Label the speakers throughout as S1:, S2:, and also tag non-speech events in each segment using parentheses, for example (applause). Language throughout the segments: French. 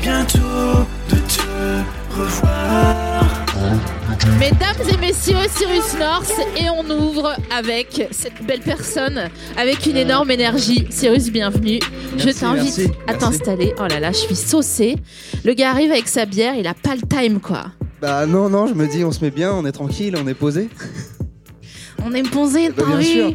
S1: bientôt de te revoir.
S2: Mesdames et messieurs, Cyrus North et on ouvre avec cette belle personne avec une énorme énergie. Cyrus, bienvenue. je
S3: Euh. Merci,
S2: t'invite
S3: merci,
S2: à
S3: merci.
S2: t'installer. Oh là là, je suis saucée. Le gars arrive avec sa bière, il a pas le time quoi.
S3: Bah non, non, je me dis, on se met bien, on est tranquille, on est posé.
S2: On est posé,
S3: Bah,
S2: t'as
S3: bien
S2: vu
S3: sûr.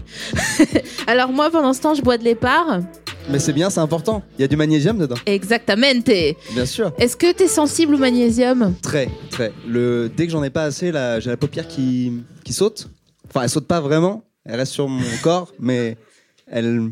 S2: (laughs) Alors moi, pendant ce temps, je bois de l'épargne.
S3: Mais c'est bien, c'est important. Il y a du magnésium dedans.
S2: Exactamente. Est-ce
S3: Bien sûr.
S2: que t'es sensible au magnésium
S3: Très, très. Le... Dès que j'en ai pas assez, là, j'ai la paupière qui... qui saute. Enfin, elle saute pas vraiment. Elle reste sur mon corps, mais elle.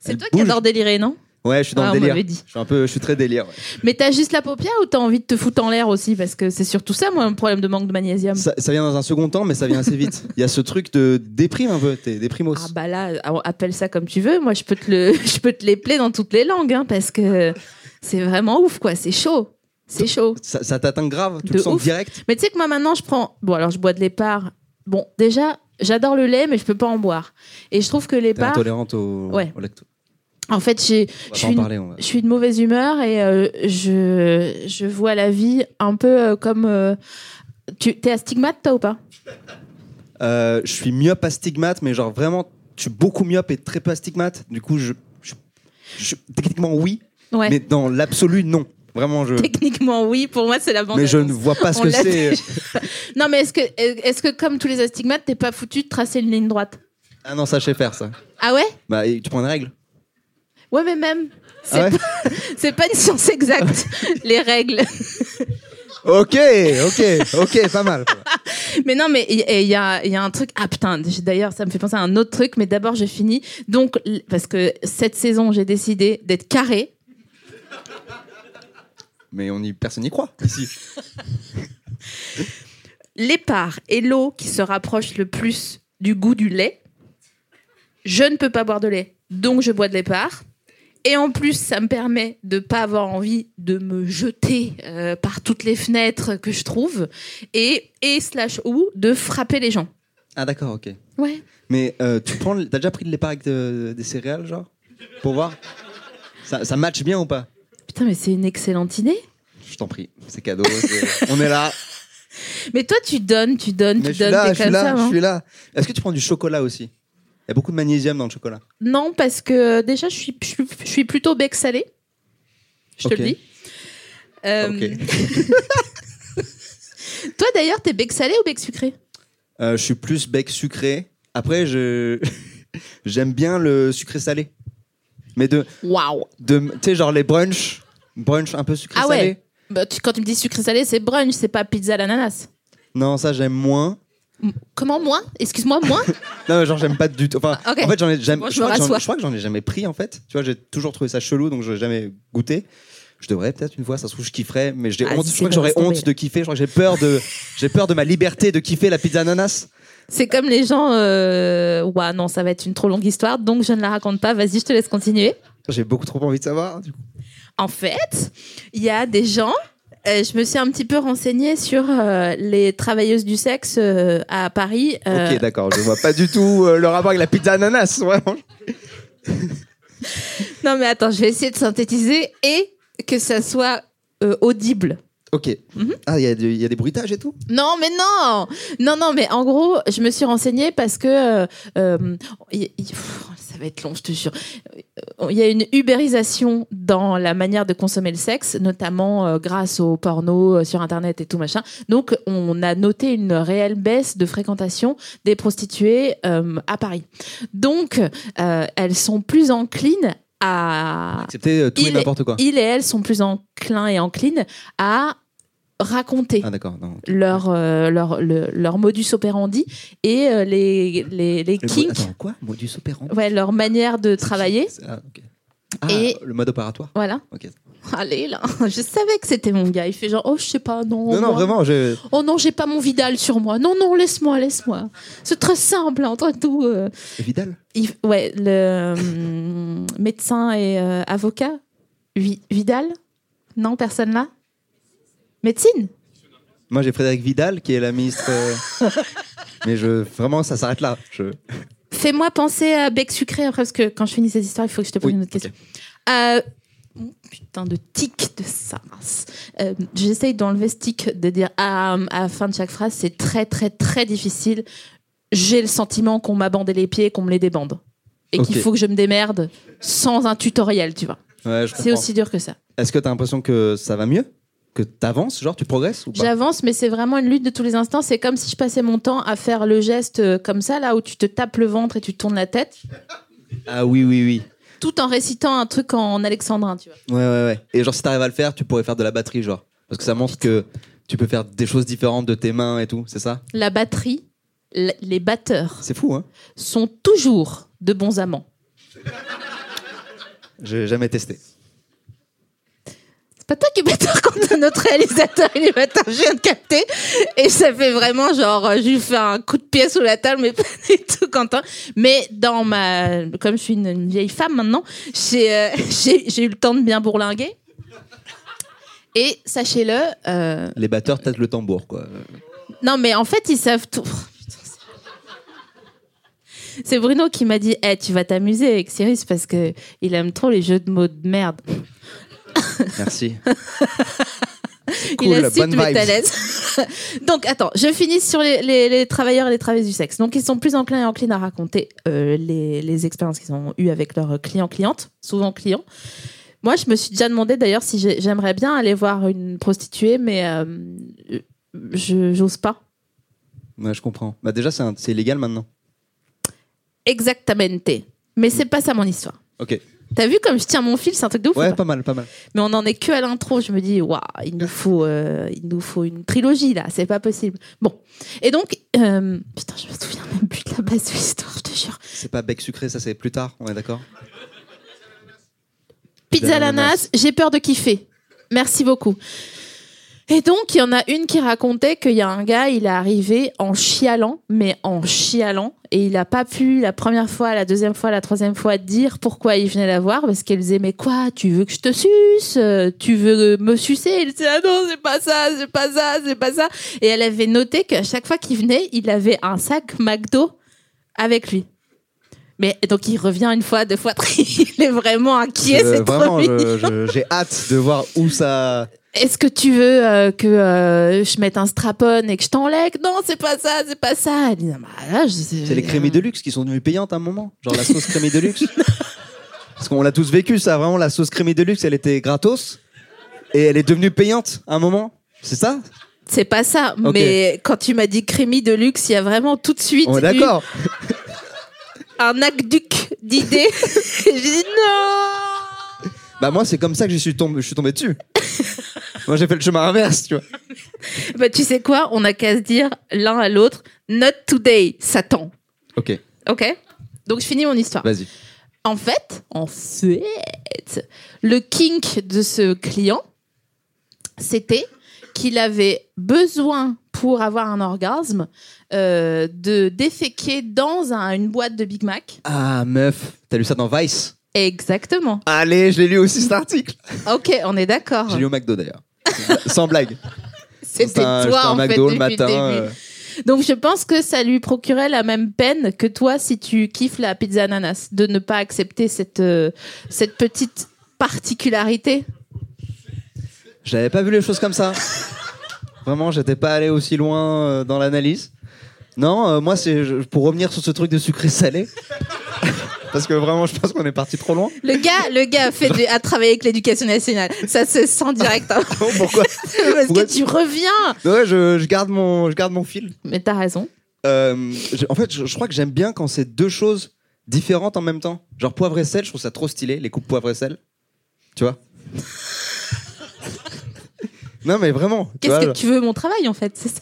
S2: C'est
S3: elle
S2: toi qui
S3: bouge.
S2: adore délirer, non
S3: Ouais, je suis dans
S2: Ah, on
S3: le délire.
S2: m'avait dit.
S3: Je suis un peu, je suis très délire. ouais.
S2: Mais t'as juste la paupière ou t'as envie de te foutre en l'air aussi Parce que c'est surtout ça, moi, mon problème de manque de magnésium.
S3: Ça, ça vient dans un second temps, mais ça vient assez vite. Il y a ce truc de déprime un peu, t'es déprimos.
S2: Ah bah là, alors, appelle ça comme tu veux. Moi, je peux te le, (laughs) je peux te l'épeler dans toutes les langues, hein, parce que c'est vraiment ouf, quoi. C'est chaud, c'est chaud.
S3: Ça, ça t'atteint grave, tu
S2: De
S3: le sens
S2: ouf.
S3: direct.
S2: Mais tu sais que moi maintenant, je prends. Bon, alors je bois de l'épargne. Bon, déjà, j'adore le lait, mais je peux pas en boire. Et je trouve que
S3: T'es
S2: l'épargne,
S3: intolérante au,
S2: Bah. Ouais.
S3: au lacto.
S2: en fait, j'ai, je
S3: On va pas
S2: suis
S3: en
S2: une-
S3: parler. On va.
S2: je suis de mauvaise humeur et euh, je, je vois la vie un peu euh, comme. euh, tu t'es astigmate toi ou pas
S3: Euh, je suis myope à stigmate, mais genre vraiment, je suis beaucoup myope et très peu à stigmate. Du coup, je, je- je- techniquement oui,
S2: Ouais.
S3: mais dans l'absolu non. Vraiment, je.
S2: Techniquement oui, pour moi c'est la bande.
S3: Mais je ne
S2: annonce.
S3: vois pas ce
S2: On
S3: que
S2: l'a
S3: c'est.
S2: déjà. Non mais est-ce que est-ce que comme tous les astigmates t'es pas foutu de tracer une ligne droite
S3: Ah non, ça je sais faire ça.
S2: Ah ouais
S3: Bah, et tu prends une règle.
S2: Ouais mais même c'est
S3: Ah ouais
S2: pas, c'est pas une science exacte les règles.
S3: Ok, ok, ok, pas mal.
S2: Mais non mais il et il y, a il y a un truc ah putain j'ai- d'ailleurs ça me fait penser à un autre truc mais d'abord je finis donc l- parce que cette saison j'ai décidé d'être carré.
S3: Mais on y, personne n'y croit ici.
S2: L'épargne et l'eau qui se rapprochent le plus du goût du lait. Je ne peux pas boire de lait, donc je bois de l'épargne. Et en plus, ça me permet de pas avoir envie de me jeter euh, par toutes les fenêtres que je trouve et, et slash ou de frapper les gens.
S3: Ah d'accord, ok.
S2: Ouais.
S3: Mais euh, tu prends, le- t'as déjà pris de l'épargne de- des céréales, genre, pour voir ça, ça match bien ou pas
S2: Putain, mais c'est une excellente idée.
S3: Je t'en prie, c'est cadeau. c'est- on est là.
S2: Mais toi, tu donnes, tu donnes, tu
S3: Mais je suis
S2: donnes.
S3: là,
S2: t'es
S3: je suis
S2: comme
S3: là,
S2: ça,
S3: je
S2: hein.
S3: suis là. Est-ce que tu prends du chocolat aussi Il y a beaucoup de magnésium dans le chocolat.
S2: Non, parce que euh, déjà, je suis, je suis- je suis plutôt bec salé. Je
S3: Ok.
S2: te le dis. Euh,
S3: Ok.
S2: Toi, d'ailleurs, t'es bec salé ou bec sucré
S3: Euh, je suis plus bec sucré. Après, je (laughs) j'aime bien le sucré salé. Mais de,
S2: Waouh
S3: de tu sais genre les brunchs, brunch un peu sucré
S2: Ah
S3: salé.
S2: ouais. Bah, tu- quand tu me dis sucré salé, c'est brunch, c'est pas pizza à l'ananas.
S3: Non, ça j'aime moins.
S2: Comment moi Excuse-moi,
S3: (laughs)
S2: moi
S3: Non, mais genre j'aime pas du tout. Enfin,
S2: Ah, ok.
S3: en fait, j'en ai jamais
S2: Moi, je
S3: je,
S2: me
S3: crois que j'en-
S2: rassois.
S3: je crois que j'en ai jamais pris en fait. Tu vois, j'ai toujours trouvé ça chelou donc je l'ai jamais goûté. Je devrais peut-être une fois, ça se trouve je kifferais, mais j'ai
S2: Ah,
S3: honte,
S2: si,
S3: je
S2: c'est
S3: crois que
S2: bon,
S3: j'aurais
S2: laisse tomber,
S3: honte
S2: là.
S3: de kiffer, je crois que j'ai peur de (laughs) j'ai peur de ma liberté de kiffer la pizza ananas.
S2: C'est comme les gens. Euh... Ouah, non, ça va être une trop longue histoire, donc je ne la raconte pas. Vas-y, je te laisse continuer.
S3: J'ai beaucoup trop envie de savoir. Du coup.
S2: En fait, il y a des gens. euh, je me suis un petit peu renseignée sur euh, les travailleuses du sexe euh, à Paris. euh,
S3: Ok, d'accord, je vois pas du tout euh, le rapport avec la pizza ananas, vraiment.
S2: non, mais attends, je vais essayer de synthétiser et que ça soit euh, audible.
S3: Ok.
S2: Mhm.
S3: Ah, il y, a du- il y a des bruitages et tout
S2: Non, mais non Non, non, mais en gros, je me suis renseignée parce que. euh, euh, il- il- pff, ça va être long, je te jure. Euh, Il y a une ubérisation dans la manière de consommer le sexe, notamment euh, grâce au porno euh, sur Internet et tout machin. Donc, on a noté une réelle baisse de fréquentation des prostituées euh, à Paris. Donc, euh, elles sont plus enclines à
S3: Accepter euh, tout
S2: Ah. Il
S3: et
S2: est-
S3: n'importe quoi.
S2: il et elle sont plus enclins et enclines à raconter
S3: Ah d'accord. non.
S2: leur, euh, leur, le- leur modus operandi et euh, les, les, les
S3: Le-
S2: kinks,
S3: Attends, quoi Modus operandi
S2: ouais, leur manière de travailler.
S3: Ah, ok. Ah,
S2: Et-
S3: le mode opératoire.
S2: Voilà.
S3: Ok.
S2: Allez, là, (laughs) je savais que c'était mon gars. Il fait genre, oh, je sais pas, non.
S3: Non, non,
S2: moi.
S3: vraiment, je...
S2: Oh non, j'ai pas mon Vidal sur moi. Non, non, laisse-moi, laisse-moi. C'est très simple, hein, entre tout. euh.
S3: Vidal
S2: Il- ouais, le hum, médecin et euh, avocat. Vi- Vidal Non, personne là Médecine
S3: Moi, j'ai Frédéric Vidal, qui est la ministre... euh,
S2: (laughs)
S3: Mais je... Vraiment, ça s'arrête là. Je...
S2: Fais-moi penser à Bec Sucré, après, parce que quand je finis cette histoire, il faut que je te pose
S3: Oui,
S2: une autre question. Euh, oh, putain de tic de ça. Euh, J'essaye d'enlever ce tic, de dire ah, hum, à la fin de chaque phrase, c'est très, très, très difficile. J'ai le sentiment qu'on m'a bandé les pieds et qu'on me les débande. Et qu'il
S3: Ok.
S2: faut que je me démerde sans un tutoriel, tu vois.
S3: Ouais, je
S2: C'est
S3: comprends.
S2: aussi dur que ça.
S3: Est-ce que t'as l'impression que ça va mieux Que t'avances, genre, tu progresses ou pas
S2: J'avance, mais c'est vraiment une lutte de tous les instants. C'est comme si je passais mon temps à faire le geste euh, comme ça, là où tu te tapes le ventre et tu tournes la tête,
S3: Ah oui, oui, oui.
S2: tout en récitant un truc en alexandrin, tu vois.
S3: Ouais, ouais, ouais. Et genre, si t'arrives à le faire, tu pourrais faire de la batterie, genre. Parce que ça montre que tu peux faire des choses différentes de tes mains et tout, c'est ça
S2: La batterie, l- les batteurs
S3: C'est fou, hein
S2: sont toujours de bons amants.
S3: J'ai jamais testé.
S2: C'est pas toi qui es (laughs) batteur contre notre réalisateur, il est batteur, je viens de capter. Et ça fait vraiment genre, euh, je lui fais un coup de pied sous la table, mais (laughs) pas du tout content. Mais dans ma. Comme je suis une, une vieille femme maintenant, j'ai euh, (laughs) j'ai- j'ai eu le temps de bien bourlinguer. Et sachez-le, euh,
S3: Les batteurs tâtent le tambour, quoi.
S2: non, mais en fait, ils savent tout. Putain, c'est- C'est Bruno qui m'a dit Eh, Tu vas t'amuser avec Cyrus parce que il aime trop les jeux de mots de merde.
S3: Merci.
S2: il
S3: Cool,
S2: assume,
S3: bonne
S2: mais t'es à
S3: vibes.
S2: l'aise. (laughs) Donc, attends, je finis sur les, les- les travailleurs et les travailleuses du sexe. Donc, ils sont plus enclins et enclines à raconter euh, les, les expériences qu'ils ont eues avec leurs clients-clientes, souvent clients. Moi, je me suis déjà demandé d'ailleurs si j'ai- j'aimerais bien aller voir une prostituée, mais euh, je j'ose pas.
S3: (laughs) Ouais, je comprends. Bah, déjà, c'est un- c'est illégal maintenant.
S2: Exactamente. Mais c'est pas ça mon histoire.
S3: Ok.
S2: T'as vu comme je tiens mon fil, c'est un truc de ouf. ou
S3: Ouais,
S2: pas
S3: pas mal, pas mal.
S2: Mais on en est que à l'intro. Je me dis, waouh, il nous faut, euh, il nous faut une trilogie là. C'est pas possible. Bon. Et donc, euh, putain, je me souviens même plus de la base de l'histoire. Je te jure.
S3: C'est pas bec sucré, ça c'est plus tard, on est d'accord
S2: Pizza à l'ananas. J'ai peur de kiffer. Merci beaucoup. Et donc, il y en a une qui racontait qu'il y a un gars, il est arrivé en chialant, mais en chialant, et il n'a pas pu la première fois, la deuxième fois, la troisième fois dire pourquoi il venait la voir, parce qu'elle disait mais quoi, tu veux que je te suce, Euh, tu veux me sucer, il disait ah non c'est pas ça, c'est pas ça, c'est pas ça, et elle avait noté qu'à chaque fois qu'il venait, il avait un sac McDo avec lui. Mais donc il revient une fois, deux fois, (laughs) trois. il est vraiment inquiet,
S3: Euh,
S2: c'est trop
S3: Vraiment, je-
S2: mignon.
S3: je- j'ai hâte de voir où ça.
S2: Est-ce que tu veux euh, que euh, je mette un strapon et que je t'enlègue Non, c'est pas ça, c'est pas ça. Elle dit, Ah, bah, là, je-
S3: C'est les crémies de luxe qui sont devenues payantes à un moment. Genre la sauce crémie de luxe. Parce qu'on l'a tous vécu, ça. Vraiment, la sauce crémie de luxe, elle était gratos. Et elle est devenue payante à un moment. C'est ça
S2: (laughs) C'est pas ça.
S3: Ok.
S2: Mais quand tu m'as dit crémie de luxe, il y a vraiment tout de suite
S3: On est
S2: eu
S3: d'accord
S2: un aqueduc
S3: (laughs)
S2: d'idées. J'ai dit non
S3: Bah, moi, c'est comme ça que je suis tombé, je suis
S2: (laughs)
S3: tombé dessus. moi, j'ai fait le chemin inverse, tu vois.
S2: bah, Tu sais quoi On a qu'à se dire l'un à l'autre Not today, Satan.
S3: Ok,
S2: Ok Donc je finis mon histoire.
S3: vas-y.
S2: En fait, en fait, le kink de ce client, c'était qu'il avait besoin pour avoir un orgasme euh, de déféquer dans un- une boîte de Big Mac.
S3: Ah, meuf, t'as lu ça dans Vice
S2: Exactement.
S3: Allez, je l'ai lu aussi cet article.
S2: Ok, on est d'accord.
S3: J'ai lu au McDo (laughs) d'ailleurs. Sans blague.
S2: (laughs) C'était
S3: un-
S2: toi
S3: un
S2: en fait
S3: McDo
S2: depuis
S3: le
S2: le
S3: matin.
S2: début.
S3: euh,
S2: Donc je pense que ça lui procurait la même peine que toi si tu kiffes la pizza ananas, de ne pas accepter cette, euh, cette petite particularité.
S3: J'avais pas vu les choses comme ça. Vraiment, j'étais pas allé aussi loin euh, dans l'analyse. Non, euh, moi, c'est je- pour revenir sur ce truc de sucré-salé. (laughs) Parce que vraiment, je pense qu'on est parti trop loin.
S2: Le gars, le gars fait du- a travaillé avec l'éducation nationale. Ça se sent direct. hein. (laughs)
S3: Non, pourquoi
S2: Parce que
S3: Ouais.
S2: tu reviens.
S3: Ouais, je, je garde mon, je garde mon fil.
S2: Mais t'as raison.
S3: Euh, j'ai- en fait, je, je crois que j'aime bien quand c'est deux choses différentes en même temps. Genre poivre et sel, je trouve ça trop stylé, les coupes poivre et sel. Tu vois Non, mais vraiment. tu vois,
S2: Qu'est-ce que
S3: genre-
S2: tu veux mon travail en fait C'est ça.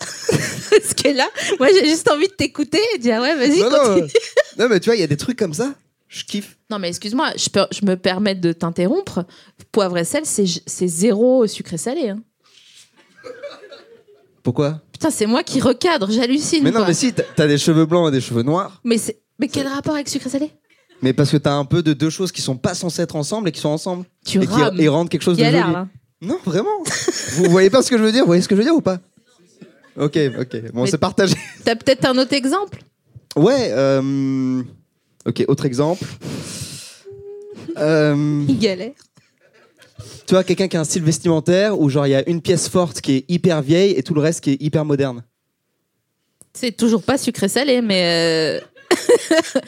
S2: (laughs) Parce que là, moi j'ai juste envie de t'écouter et de dire ouais, vas-y,
S3: non,
S2: continue.
S3: non, euh, non, mais tu vois, il y a des trucs comme ça. Je kiffe.
S2: Non, mais excuse-moi, je, peux- je me permets de t'interrompre. Poivre et sel, c'est c'est zéro sucré salé. hein.
S3: Pourquoi
S2: Putain, c'est moi qui recadre, j'hallucine.
S3: Mais non,
S2: quoi.
S3: mais si, t'as- t'as des cheveux blancs et des cheveux noirs,
S2: Mais, c'est- mais quel rapport avec sucré salé
S3: mais parce que t'as un peu de deux choses qui sont pas censées être ensemble et qui sont ensemble.
S2: Tu
S3: et
S2: rames.
S3: qui et rendent quelque chose de
S2: Galère hein.
S3: joli.
S2: là.
S3: Non, vraiment.
S2: (laughs)
S3: Vous voyez pas ce que je veux dire Vous voyez ce que je veux dire ou pas Ok, ok. Bon,
S2: Mais-
S3: c'est partagé.
S2: T'as peut-être un autre exemple
S3: Ouais. euh, Ok, autre exemple. Euh,
S2: Il galère.
S3: tu vois, quelqu'un qui a un style vestimentaire où genre il y a une pièce forte qui est hyper vieille et tout le reste qui est hyper moderne.
S2: C'est toujours pas sucré salé, mais. euh, (laughs)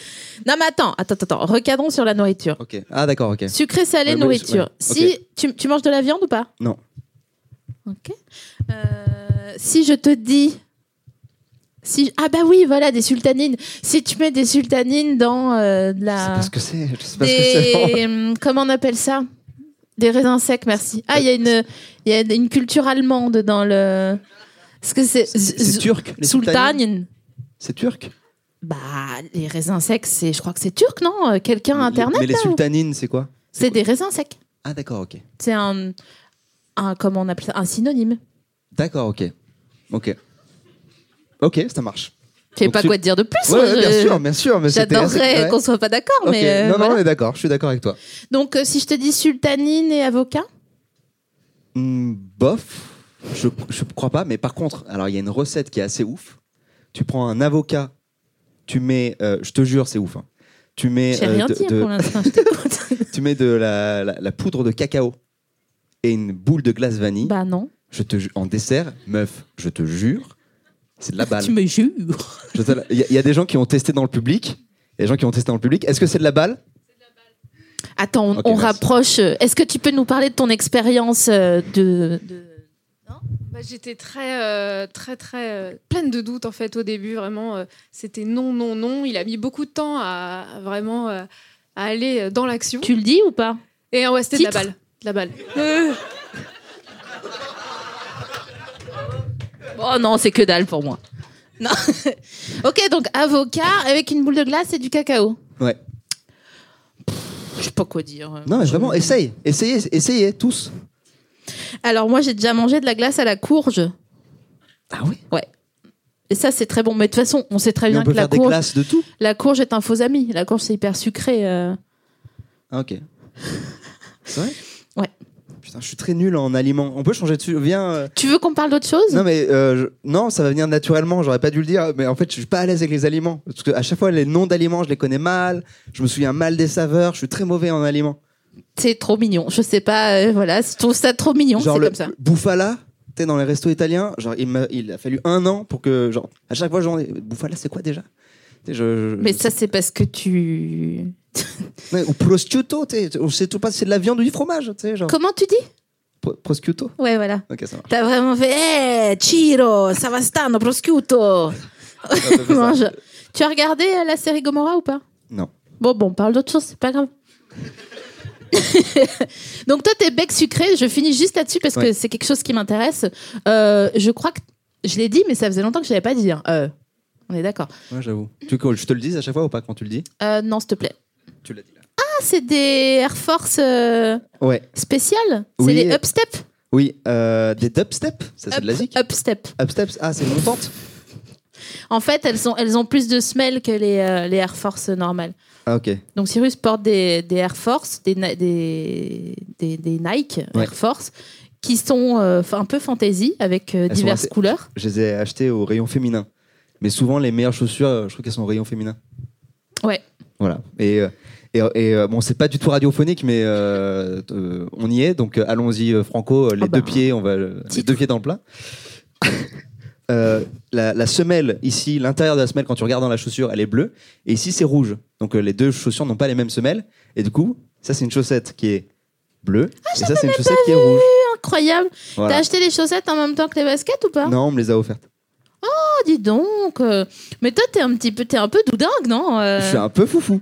S2: non, mais attends, attends, attends. Recadrons sur la nourriture.
S3: Ok. Ah d'accord, ok.
S2: Sucré salé,
S3: Ouais, ouais,
S2: nourriture.
S3: ouais.
S2: Si tu, tu manges de la viande ou pas
S3: Non.
S2: Ok. Euh, si je te dis. Si, ah bah oui, voilà, des sultanines. Si tu mets des sultanines dans euh, de
S3: Je sais
S2: la...
S3: pas ce que c'est. Je sais pas ce que c'est.
S2: Des... hum, Comment on appelle ça Des raisins secs, merci. Ah, il y, a une- il y a une culture allemande dans le... Est-ce que c'est...
S3: C'est turc. les sultanines
S2: Sultanine
S3: C'est turc.
S2: Bah, les raisins secs, c'est, je crois que c'est turc, non Euh, Quelqu'un a internet
S3: Mais les
S2: là, ou-
S3: sultanines, c'est quoi
S2: C'est des raisins secs.
S3: Ah d'accord, ok.
S2: C'est un, un, comment on appelle ça, un synonyme.
S3: D'accord, ok. Ok. Ok, ça marche.
S2: Je sais
S3: Donc
S2: pas
S3: tu-
S2: quoi te dire de plus.
S3: Ouais,
S2: moi,
S3: ouais, bien
S2: je-
S3: sûr, bien sûr. mais c'était-
S2: J'adorerais
S3: ouais.
S2: qu'on soit pas d'accord,
S3: Ok,
S2: mais euh,
S3: non, non,
S2: voilà.
S3: on est d'accord, je suis d'accord avec toi.
S2: donc euh, si je te dis sultanine et avocat,
S3: Hmm, bof, je, je crois pas, mais par contre, alors il y a une recette qui est assez ouf. Tu prends un avocat, tu mets, euh, je te jure, c'est ouf. hein. Tu mets,
S2: j'ai
S3: euh,
S2: rien
S3: de,
S2: dit hein,
S3: de-
S2: pour l'instant. je
S3: (laughs)
S2: t'écoute.
S3: tu mets de la, la- la poudre de cacao et une boule de glace vanille.
S2: bah non,
S3: Je te ju- en dessert, meuf, je te jure, c'est de la balle.
S2: tu me jures.
S3: Je te- Il y, a- il y a des gens qui ont testé dans le public. Il y a des gens qui ont testé dans le public. Est-ce que c'est de la balle
S2: Attends, on,
S3: Ok,
S2: on
S3: merci.
S2: rapproche. euh, Est-ce que tu peux nous parler de ton expérience euh, de, de-
S4: Bah, J'étais très, euh, très, très euh, pleine de doutes en fait au début. Vraiment, euh, c'était non, non, non. Il a mis beaucoup de temps à, à vraiment euh, à aller euh, dans l'action.
S2: Tu le dis ou pas
S4: Et euh, ouais, c'était de la
S2: Titre
S4: balle, de la balle. Euh,
S2: Oh non, c'est que dalle pour moi. Non. (laughs) ok, donc avocat avec une boule de glace et du cacao.
S3: Ouais.
S2: Je sais pas quoi dire.
S3: Non, mais vraiment, essaye, essayez, essayez tous.
S2: Alors moi, j'ai déjà mangé de la glace à la courge.
S3: Ah oui.
S2: Et ça, c'est très bon. Mais de toute façon, on sait très
S3: Mais
S2: bien
S3: on
S2: que
S3: peut
S2: la
S3: faire des
S2: courge,
S3: glaces de tout.
S2: la courge est un faux ami. La courge, c'est hyper sucré. euh.
S3: Ah, ok. C'est vrai
S2: Ouais.
S3: Putain, je suis très nul en aliments. On peut changer de sujet. Viens. euh,
S2: Tu veux qu'on parle d'autre chose
S3: Non, mais euh, je- non, ça va venir naturellement. J'aurais pas dû le dire. Mais en fait, je suis pas à l'aise avec les aliments. Parce que à chaque fois, les noms d'aliments, je les connais mal. Je me souviens mal des saveurs. Je suis très mauvais en aliments.
S2: C'est trop mignon. Je sais pas. euh, voilà, je trouve ça trop mignon. C'est
S3: genre le
S2: comme ça.
S3: bouffala. T'es dans les restos italiens. Genre, il, m'a- il a fallu un an pour que, genre, à chaque fois, genre, bouffala, c'est quoi déjà Tu sais, je- je-
S2: Mais
S3: je-
S2: ça, c'est parce que tu.
S3: Ouais, ou prosciutto, tu sais, on sait tout pas si c'est de la viande ou du fromage, tu sais, genre.
S2: Comment tu dis
S3: Pro- prosciutto
S2: Ouais, voilà.
S3: Ok,
S2: (laughs)
S3: ça marche.
S2: T'as vraiment fait Eh, Ciro, Savastano, prosciutto.
S3: peu fait ça.
S2: Mange. Tu as regardé euh, la série Gomorrah ou pas
S3: Non.
S2: Bon, bon, parle d'autre chose, c'est pas grave. (laughs) Donc toi, t'es bec sucré. Je finis juste là-dessus parce que
S3: Ouais.
S2: c'est quelque chose qui m'intéresse. Euh, je crois que je l'ai dit, mais ça faisait longtemps que je l'avais pas dit. hein. Euh, on est d'accord.
S3: Ouais, j'avoue. Tu veux que je te le dise à chaque fois ou pas quand tu le dis
S2: Euh, non, s'il te plaît.
S3: Tu l'as dit là.
S2: Ah, c'est des Air Force euh,
S3: Ouais.
S2: spéciales.
S3: Oui.
S2: C'est les upstep.
S3: Oui, euh, des dubstep, ça c'est de la
S2: Up-
S3: zik.
S2: upstep.
S3: Upsteps, ah, c'est montante
S2: En fait, elles ont elles ont plus de smell que les euh, les Air Force normales.
S3: Ah, ok.
S2: Donc Cyrus porte des, des Air Force, des, Na- des, des, des Nike
S3: Ouais.
S2: Air Force, qui sont euh, fa- un peu fantasy avec euh,
S3: sont
S2: diverses
S3: assez-
S2: couleurs.
S3: Je les ai achetés au rayon féminin. Mais souvent, les meilleures chaussures, euh, je trouve qu'elles sont au rayon féminin.
S2: Ouais.
S3: Voilà. Et, euh, et, euh, et, euh, bon, c'est pas du tout radiophonique, mais euh, euh, on y est. Donc euh, allons-y, euh, Franco, euh, les
S2: Ah bah,
S3: deux pieds, on va euh, les
S2: titre.
S3: deux pieds dans le plat. (laughs) Euh, la, la semelle ici, l'intérieur de la semelle, quand tu regardes dans la chaussure, elle est bleue. Et ici, c'est rouge. Donc euh, les deux chaussures n'ont pas les mêmes semelles. Et du coup, ça c'est une chaussette qui est bleue.
S2: Ah,
S3: et ça c'est une chaussette qui est rouge.
S2: Incroyable. T'as
S3: Voilà.
S2: acheté les chaussettes en même temps que les baskets ou pas
S3: Non, on me les a offertes.
S2: Oh, dis donc. euh, Mais toi, t'es un petit peu, t'es un peu doudingue, non euh
S3: Je suis un peu foufou.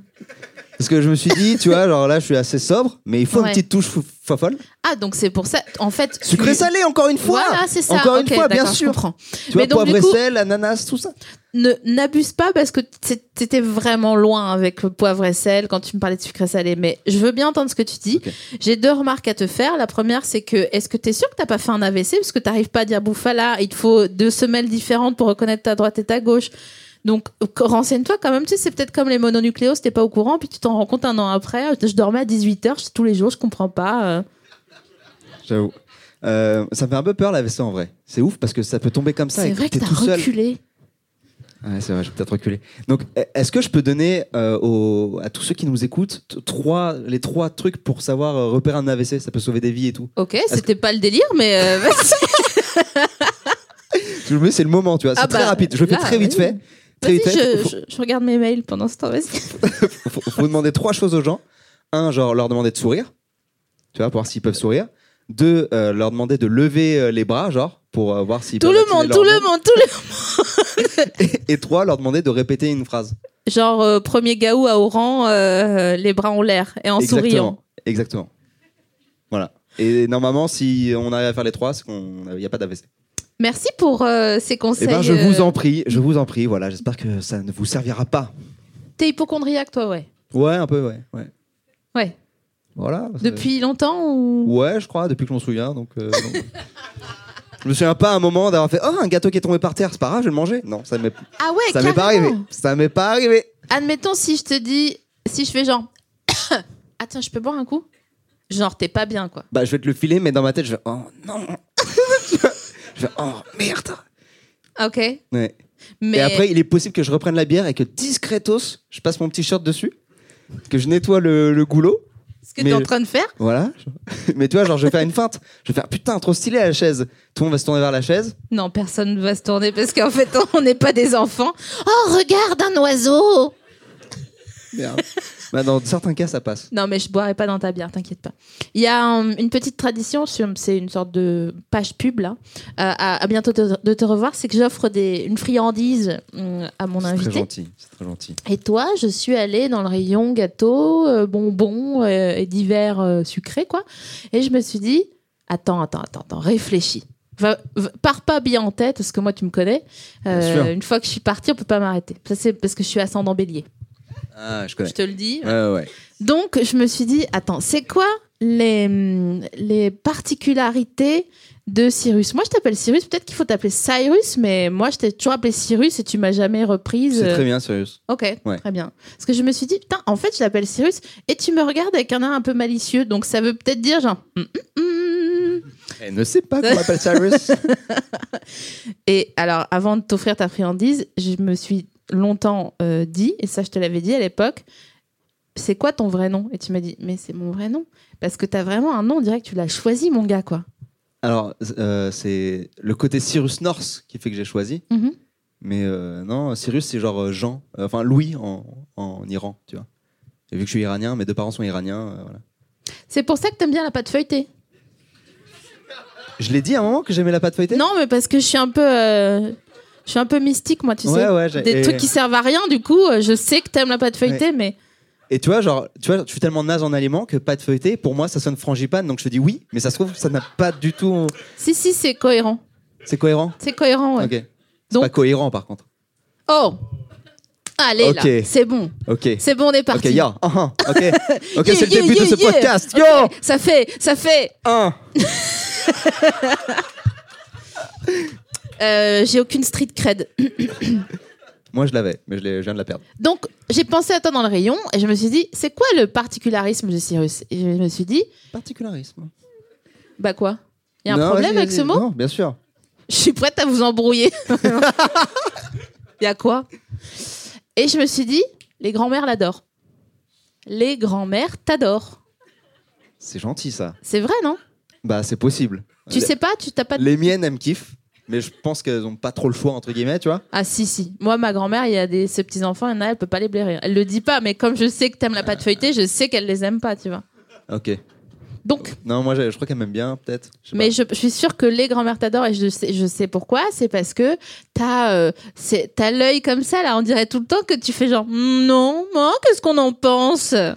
S3: Parce que je me suis dit, tu vois, genre là, je suis assez sobre, mais il faut
S2: Ouais.
S3: une petite touche fou- fofolle.
S2: Ah, donc c'est pour ça. En fait. tu-
S3: Sucré-salé, encore une fois
S2: Voilà, c'est ça.
S3: Encore
S2: Ok,
S3: une fois, bien
S2: d'accord, Je
S3: sûr
S2: comprends.
S3: Tu vois,
S2: Mais donc,
S3: poivre
S2: du
S3: et
S2: coup-
S3: sel, ananas, tout ça.
S2: Ne n'abuse pas parce que c'est- t'étais vraiment loin avec le poivre et sel quand tu me parlais de sucré salé. Mais je veux bien entendre ce que tu dis.
S3: Ok.
S2: J'ai deux remarques à te faire. La première, c'est que est-ce que t'es sûr que t'as pas fait un AVC parce que t'arrives pas à dire bouffala. Il te faut deux semelles différentes pour reconnaître ta droite et ta gauche. Donc qu- renseigne-toi quand même. Tu sais, c'est peut-être comme les mononucléoses. T'es pas au courant, puis tu t'en rends compte un an après. Je dormais à 18 h tous les jours. Je comprends pas. euh.
S3: J'avoue. Euh, ça me fait un peu peur la vaisselle en vrai. C'est ouf parce que ça peut tomber comme ça.
S2: C'est
S3: et
S2: vrai que
S3: t'es
S2: t'as
S3: tout seul.
S2: reculé.
S3: Ouais, c'est vrai, je vais peut-être reculer. Donc, e- est-ce que je peux donner euh, aux- à tous ceux qui nous écoutent t- trois, les trois trucs pour savoir euh, repérer un AVC Ça peut sauver des vies et tout.
S2: Ok, c'était pas le délire, mais euh, (laughs) vas-y.
S3: Je me dis, c'est le moment, tu vois. C'est
S2: Ah
S3: très
S2: bah,
S3: rapide. Je le fais
S2: là,
S3: très vite
S2: oui.
S3: fait. Très vite
S2: Vas-y,
S3: fait.
S2: je,
S3: Faut,
S2: je- je regarde mes mails pendant ce temps. Vas-y.
S3: faut- faut demander trois choses aux gens. Un, genre leur demander de sourire, tu vois, pour voir s'ils peuvent sourire. Deux, euh, leur demander de lever euh, les bras, genre, pour euh, voir s'ils
S2: Tout
S3: peuvent
S2: le
S3: activer
S2: monde,
S3: leur
S2: tout le
S3: main.
S2: monde, (laughs) tout le
S3: (laughs) Et trois, leur demander de répéter une phrase.
S2: Genre, euh, premier gaou à Oran, euh, les bras en l'air et en souriant.
S3: Exactement. Voilà. Et normalement, si on arrive à faire les trois, c'est qu'on il n'y a pas d'AVC.
S2: Merci pour euh, ces
S3: Eh
S2: conseils.
S3: ben, je
S2: euh,
S3: vous en prie, je vous en prie. Voilà, j'espère que ça ne vous servira pas.
S2: T'es hypochondriaque, toi, ouais.
S3: Ouais, un peu, ouais. ouais.
S2: Ouais.
S3: Voilà.
S2: Depuis longtemps ou...
S3: Ouais, je crois, depuis que je m'en souviens. Donc, euh, non. je me souviens pas à un moment d'avoir fait Oh, un gâteau qui est tombé par terre, c'est pas grave, je vais le manger. Non, ça m'est
S2: Ah ouais,
S3: ça m'est pas
S2: carrément.
S3: arrivé. Ça m'est pas arrivé.
S2: Admettons si je te dis, si je fais genre, (coughs) ah tiens, je peux boire un coup Genre, t'es pas bien, quoi.
S3: Bah, je vais te le filer, mais dans ma tête, je vais Oh non (laughs) Je vais Oh merde
S2: Ok.
S3: Ouais.
S2: Mais
S3: Et après, il est possible que je reprenne la bière et que discretos, je passe mon petit short dessus, que je nettoie le, le goulot.
S2: ce que
S3: mais-
S2: t'es en train de faire,
S3: Voilà. (laughs) Mais tu vois, genre, je vais faire une feinte. Je vais faire putain, trop stylé à la chaise. Tout le monde va se tourner vers la chaise.
S2: non, personne ne va se tourner parce qu'en fait, (laughs) on n'est pas des enfants. Oh, regarde un oiseau
S3: Merde. Bah, dans certains cas, ça passe.
S2: Non, mais je boirai pas dans ta bière, t'inquiète pas. Il y a euh, une petite tradition, sur- c'est une sorte de page pub là. euh, à, à bientôt te- de te revoir, c'est que j'offre des- une friandise euh, à mon
S3: C'est très
S2: invité.
S3: gentil. C'est très gentil.
S2: Et toi, je suis allée dans le rayon gâteaux, euh, bonbons euh, et divers euh, sucrés quoi. Et je me suis dit, attends, attends, attends, attends, réfléchis. Va- va- pars pas bien en tête, parce que moi tu me connais. Euh,
S3: Bien sûr.
S2: une fois que je suis partie, on peut pas m'arrêter. Ça c'est parce que je suis ascendant Bélier.
S3: Ah, je
S2: Je te le dis.
S3: Ouais, ouais.
S2: Donc, je me suis dit, attends, c'est quoi les, hum, les particularités de Cyrus Moi, je t'appelle Cyrus, peut-être qu'il faut t'appeler Cyrus, mais moi, je t'ai toujours appelé Cyrus et tu m'as jamais reprise.
S3: C'est très bien, sérieux.
S2: Ok,
S3: Ouais.
S2: très bien. Parce que je me suis dit, putain, en fait, je l'appelle Cyrus et tu me regardes avec un air un peu malicieux, donc ça veut peut-être dire genre. hum, hum, hum.
S3: Elle Eh, ne sait pas qu'on m'appelle
S2: (laughs)
S3: Cyrus.
S2: Et alors, avant de t'offrir ta friandise, je me suis longtemps euh, dit, et ça je te l'avais dit à l'époque, c'est quoi ton vrai nom Et tu m'as dit, mais c'est mon vrai nom. Parce que t'as vraiment un nom, on dirait que tu l'as choisi, mon gars, quoi.
S3: Alors, euh, c'est le côté Cyrus North qui fait que j'ai choisi.
S2: Mhm.
S3: Mais euh, non, Cyrus, c'est genre euh, Jean, euh, enfin Louis en, en Iran, tu vois. Et vu que je suis iranien, mes deux parents sont iraniens, euh, voilà.
S2: C'est pour ça que t'aimes bien la pâte feuilletée.
S3: Je l'ai dit à un moment que j'aimais la pâte feuilletée
S2: Non, mais parce que je suis un peu. euh, Je suis un peu mystique, moi, tu
S3: Ouais,
S2: sais.
S3: ouais, j'ai-
S2: Des
S3: et-
S2: trucs qui servent à rien, du coup, euh, je sais que t'aimes la pâte feuilletée, mais.
S3: Et tu vois, genre, tu vois, je suis tellement naze en aliment que pâte feuilletée, pour moi, ça sonne frangipane, donc je te dis oui, mais ça se trouve, ça n'a pas du tout.
S2: Si, si, c'est cohérent.
S3: C'est cohérent
S2: C'est cohérent, ouais.
S3: Ok. C'est
S2: Donc-
S3: pas cohérent par contre.
S2: Oh Allez, là,
S3: Ok.
S2: c'est bon.
S3: Ok.
S2: C'est bon, on est
S3: Ok,
S2: parti.
S3: yo. Ah, ah, ok. (laughs) Ok,
S2: Yeah,
S3: c'est le
S2: yeah,
S3: début
S2: yeah,
S3: de ce
S2: yeah.
S3: podcast.
S2: Ok,
S3: Yo
S2: Ça fait, ça fait
S3: Un.
S2: Euh, j'ai aucune street cred.
S3: Moi, je l'avais, mais je, l'ai- je viens de la perdre.
S2: Donc, j'ai pensé à toi dans le rayon et je me suis dit, c'est quoi le particularisme de Cyrus Et je me suis dit,
S3: Particularisme.
S2: bah quoi Il y a un
S3: Non,
S2: problème
S3: vas-y,
S2: avec ce
S3: vas-y.
S2: mot
S3: Non, bien sûr.
S2: Je suis prête à vous
S3: (laughs)
S2: embrouiller. Il y a quoi Et je me suis dit, les grands-mères l'adorent. Les grands-mères t'adorent.
S3: C'est gentil ça.
S2: C'est vrai, non
S3: Bah, c'est possible.
S2: Tu sais pas, tu t'as pas.
S3: Les miennes, elles me kiffent, mais je pense qu'elles ont pas trop le choix, entre guillemets, tu vois.
S2: Ah si si. Moi ma grand-mère, il y a des ses petits enfants, il y en a, elle peut pas les blairer. Elle le dit pas, mais comme je sais que t'aimes la pâte feuilletée, je sais qu'elle les aime pas, tu vois.
S3: Ok.
S2: Donc,
S3: Non, moi, j'ai- je crois qu'elle m'aime bien, peut-être. Je sais
S2: mais
S3: pas.
S2: je, je suis sûre que les grands-mères t'adorent et je sais, je sais pourquoi. C'est parce que t'as euh, c'est- t'as l'œil comme ça, là, on dirait tout le temps que tu fais genre Hmm, non, non, qu'est-ce qu'on en
S3: (laughs)
S2: pense Ça,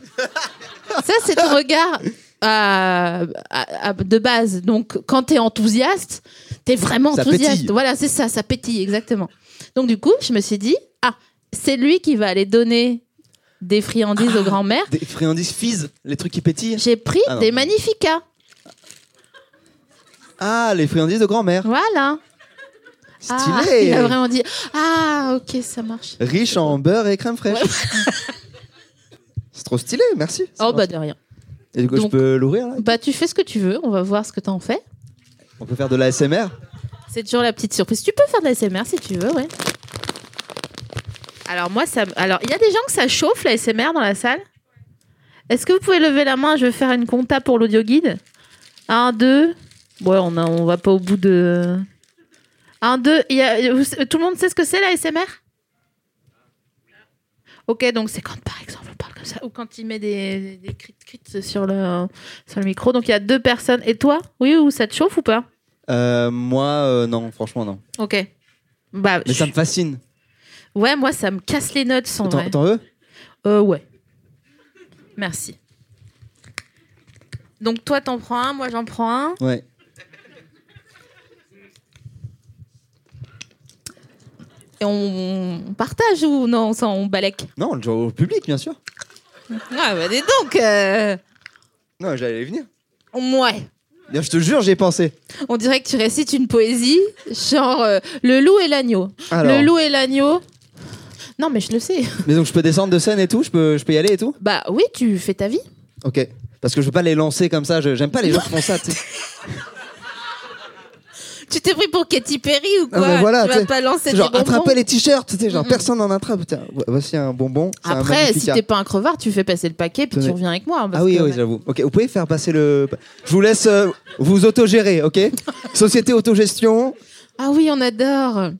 S2: c'est ton regard à- à- à- de base. Donc, quand t'es enthousiaste, t'es vraiment
S3: Ça
S2: enthousiaste.
S3: pétille.
S2: Voilà, c'est ça, ça pétille, exactement. Donc, du coup, je me suis dit ah, c'est lui qui va aller donner des friandises aux grands-mères.
S3: Des friandises fizz, les trucs qui pétillent.
S2: J'ai pris
S3: Ah non.
S2: des magnificas.
S3: Ah, les friandises de grand-mère.
S2: Voilà. Ah,
S3: Stylé.
S2: il a vraiment dit Ah, ok, ça marche.
S3: Riche en beurre et crème fraîche. (laughs) C'est trop stylé, merci.
S2: Oh, bah de rien.
S3: Et du coup,
S2: donc-
S3: je peux l'ouvrir là
S2: Bah, tu fais ce que tu veux, on va voir ce que t'en fais.
S3: On peut faire de l'ASMR
S2: C'est toujours la petite surprise. Tu peux faire de la SMR si tu veux, ouais. Alors, moi, ça. me- Alors, il y a des gens que ça chauffe la SMR dans la salle Est-ce que vous pouvez lever la main Je vais faire une compta pour l'audio guide. 1, 2. Ouais, on, a... on va pas au bout de. 1, 2. Tout le monde sait ce que c'est la SMR Ok, donc c'est quand, par exemple, on parle comme ça, ou quand il met des, des crits-crits sur le, sur le micro. Donc il y a deux personnes. Et toi Oui, ou ça te chauffe ou pas
S3: Euh, Moi, euh, non, franchement, non.
S2: Ok. Bah,
S3: Mais ça
S2: je-
S3: me fascine.
S2: Ouais, moi, ça me casse les notes, sans
S3: T'en
S2: vrai.
S3: t'en veux
S2: Euh, ouais. Merci. Donc, toi, t'en prends un, moi, j'en prends un.
S3: Ouais.
S2: Et on, on partage ou non, on, s'en- on balèque
S3: Non, le jour au public, bien sûr.
S2: Ouais, bah, dis donc euh,
S3: Non, j'allais venir.
S2: Ouais.
S3: Bien, je te jure, j'ai pensé.
S2: On dirait que tu récites une poésie, genre euh, Le loup et l'agneau.
S3: Alors,
S2: Le loup et l'agneau. Non, mais je le sais.
S3: mais donc je peux descendre de scène et tout, je peux, je peux y aller et tout
S2: Bah oui, tu fais ta vie.
S3: Ok. Parce que je veux pas les lancer comme ça, je- j'aime pas les gens qui
S2: (laughs)
S3: font ça. tu sais.
S2: Tu t'es pris pour Katy Perry ou quoi
S3: Non, Ah, mais voilà,
S2: Tu vas
S3: t'sais,
S2: pas lancer des
S3: genre,
S2: bonbons.
S3: attraper les t-shirts, tu sais, genre,
S2: Mm, mm.
S3: personne n'en attrape. Tiens, vo- voici un bonbon. c'est un
S2: Après, si
S3: Magnificat.
S2: t'es pas un crevard, tu fais passer le paquet puis
S3: Tenez.
S2: tu reviens avec moi. parce
S3: Ah oui,
S2: que-
S3: oui, j'avoue. Ok, vous pouvez faire passer le. Je vous laisse euh, vous autogérer,
S2: (laughs)
S3: ok Société autogestion.
S2: Ah oui, on adore.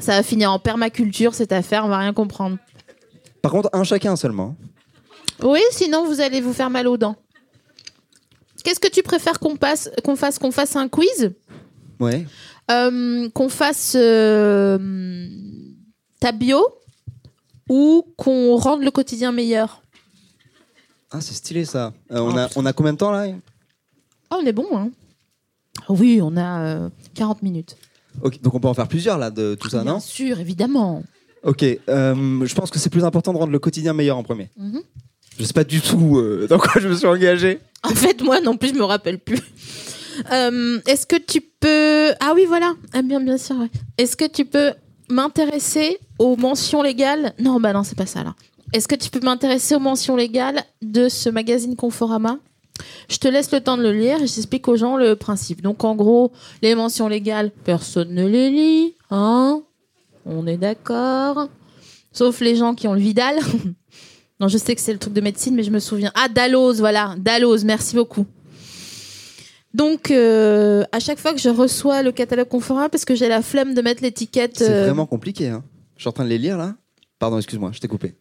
S2: Ça va finir en permaculture cette affaire, on va rien comprendre.
S3: Par contre, un chacun seulement.
S2: Oui, sinon vous allez vous faire mal aux dents. Qu'est-ce que tu préfères qu'on passe, qu'on fasse, qu'on fasse un quiz,
S3: Ouais.
S2: Euh, qu'on fasse euh, ta bio ou qu'on rende le quotidien meilleur
S3: Ah, c'est stylé ça. Euh, on,
S2: Oh,
S3: a, on a combien de temps là
S2: Ah, on est bon, hein Oui, on a euh, 40 minutes.
S3: Ok, donc on peut en faire plusieurs là de tout ça,
S2: Bien
S3: non
S2: sûr, évidemment.
S3: Ok, euh, je pense que c'est plus important de rendre le quotidien meilleur en premier.
S2: Mhm.
S3: Je sais pas du tout euh, (laughs) dans quoi je me suis engagé.
S2: (laughs) En fait, moi non plus, je me rappelle plus. Euh, Est-ce que tu peux. Ah oui, voilà. Ah bien, bien sûr. ouais. Est-ce que tu peux m'intéresser aux mentions légales Non, bah non, c'est pas ça là. Est-ce que tu peux m'intéresser aux mentions légales de ce magazine Conforama Je te laisse le temps de le lire et j'explique aux gens le principe. Donc, en gros, les mentions légales, personne ne les lit. Hein On est d'accord. Sauf les gens qui ont le Vidal. (laughs) Non, je sais que c'est le truc de médecine, mais je me souviens. Ah, Dalloz, voilà, Dalloz, merci beaucoup. Donc, euh, à chaque fois que je reçois le catalogue Conforama, parce que j'ai la flemme de mettre l'étiquette.
S3: C'est
S2: euh,
S3: vraiment compliqué. Hein. Je suis en train de les lire là. Pardon, excuse-moi, je t'ai coupé.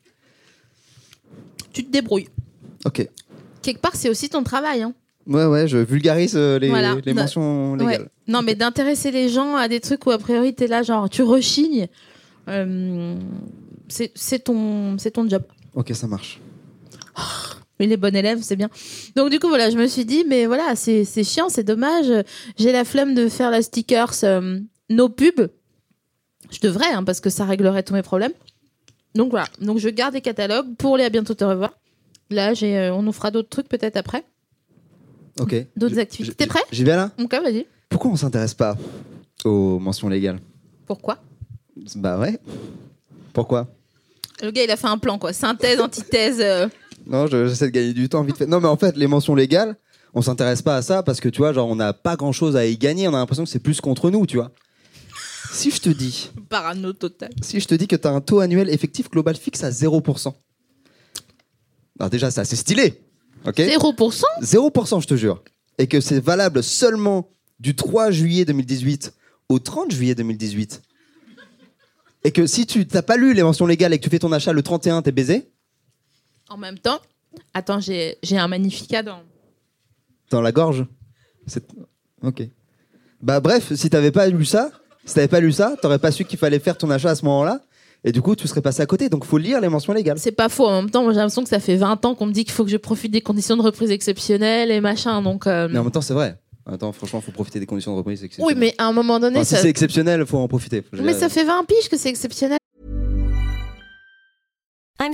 S2: Tu te débrouilles.
S3: Ok.
S2: Quelque part, c'est aussi ton travail. Hein.
S3: Ouais, ouais, je vulgarise euh, les,
S2: Voilà.
S3: les
S2: Bah,
S3: mentions
S2: Ouais.
S3: légales.
S2: Non, mais d'intéresser les gens à des trucs où, a priori, t'es là, genre, tu rechignes. euh, c'est c'est ton, c'est ton job.
S3: Ok, ça marche.
S2: Mais les bons élèves, c'est bien. Donc du coup, voilà, je me suis dit, mais voilà, c'est c'est chiant, c'est dommage. J'ai la flemme de faire la stickers, euh, nos pubs. Je devrais, hein, parce que ça réglerait tous mes problèmes. Donc voilà, donc je garde les catalogues pour les à bientôt te revoir. Là, j'ai, euh, on nous fera d'autres trucs peut-être après,
S3: Ok.
S2: d'autres
S3: Je-
S2: activités.
S3: je-
S2: T'es prêt
S3: J'y vais là
S2: Ok, vas-y.
S3: Pourquoi on s'intéresse pas aux mentions légales
S2: Pourquoi
S3: Bah ouais. Pourquoi
S2: Le gars, il a fait un plan, quoi. Synthèse, antithèse. euh.
S3: Non, je- j'essaie de gagner du temps vite fait. Non, mais en fait, les mentions légales, on s'intéresse pas à ça parce que tu vois, genre, on n'a pas grand chose à y gagner. On a l'impression que c'est plus contre nous, tu vois. Si je te dis,
S2: Parano total.
S3: si je te dis que tu as un taux annuel effectif global fixe à 0%. Alors déjà, ça, c'est stylé. Ok
S2: 0%
S3: 0%, je te jure. Et que c'est valable seulement du 3 juillet 2018 au 30 juillet 2018. Et que si tu t'as pas lu les mentions légales et que tu fais ton achat le 31, t'es baisé.
S2: En même temps, attends, j'ai j'ai un magnificat dans,
S3: dans la gorge. C'est... Ok. Bah bref, si t'avais pas lu ça, si t'avais pas lu ça, t'aurais pas su qu'il fallait faire ton achat à ce moment-là, et du coup tu serais passé à côté. Donc faut lire les mentions légales.
S2: C'est pas faux. En même temps, moi, j'ai l'impression que ça fait 20 ans qu'on me dit qu'il faut que je profite des conditions de reprise exceptionnelles et machin. Donc, euh,
S3: Mais en même temps, c'est vrai. Attends, franchement, faut profiter des conditions de reprise.
S2: oui, mais à un moment donné,
S3: Enfin, si
S2: ça...
S3: c'est exceptionnel, faut en profiter. Je veux
S2: mais
S3: dire,
S2: ça fait 20 piges que c'est exceptionnel.
S5: I'm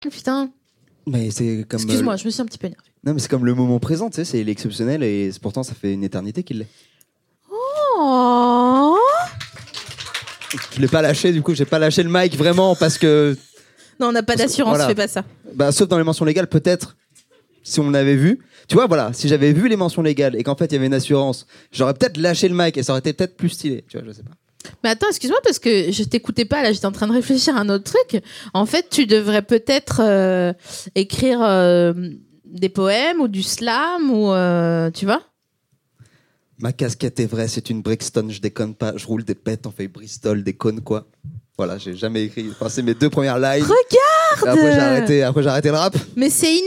S2: Putain.
S3: Mais c'est comme.
S2: Excuse-moi,
S3: euh,
S2: je me suis un petit peu énervée.
S3: Non, mais c'est comme le moment présent, tu sais, c'est il est exceptionnel et c'est- pourtant ça fait une éternité qu'il l'est.
S2: Oh
S3: Je l'ai pas lâché, du coup, j'ai pas lâché le mic vraiment parce que.
S2: Non, on n'a pas
S3: Parce que,
S2: d'assurance,
S3: voilà.
S2: fais pas ça.
S3: Bah, sauf dans les mentions légales, peut-être, si on l'avait vu. Tu vois, voilà, si j'avais vu les mentions légales et qu'en fait il y avait une assurance, j'aurais peut-être lâché le mic et ça aurait été peut-être plus stylé. Tu vois, je sais pas.
S2: Mais attends, excuse-moi parce que je t'écoutais pas là, j'étais en train de réfléchir à un autre truc. En fait, tu devrais peut-être euh, écrire euh, des poèmes ou du slam ou euh, tu vois
S3: Ma casquette est vraie, c'est une Brixton, je déconne pas, je roule des pets, on fait Bristol, déconne quoi. Voilà, j'ai jamais écrit. Enfin, c'est mes deux premières lives. Et
S2: Regarde
S3: Après, j'ai arrêté, après, j'ai arrêté le rap.
S2: Mais c'est inné,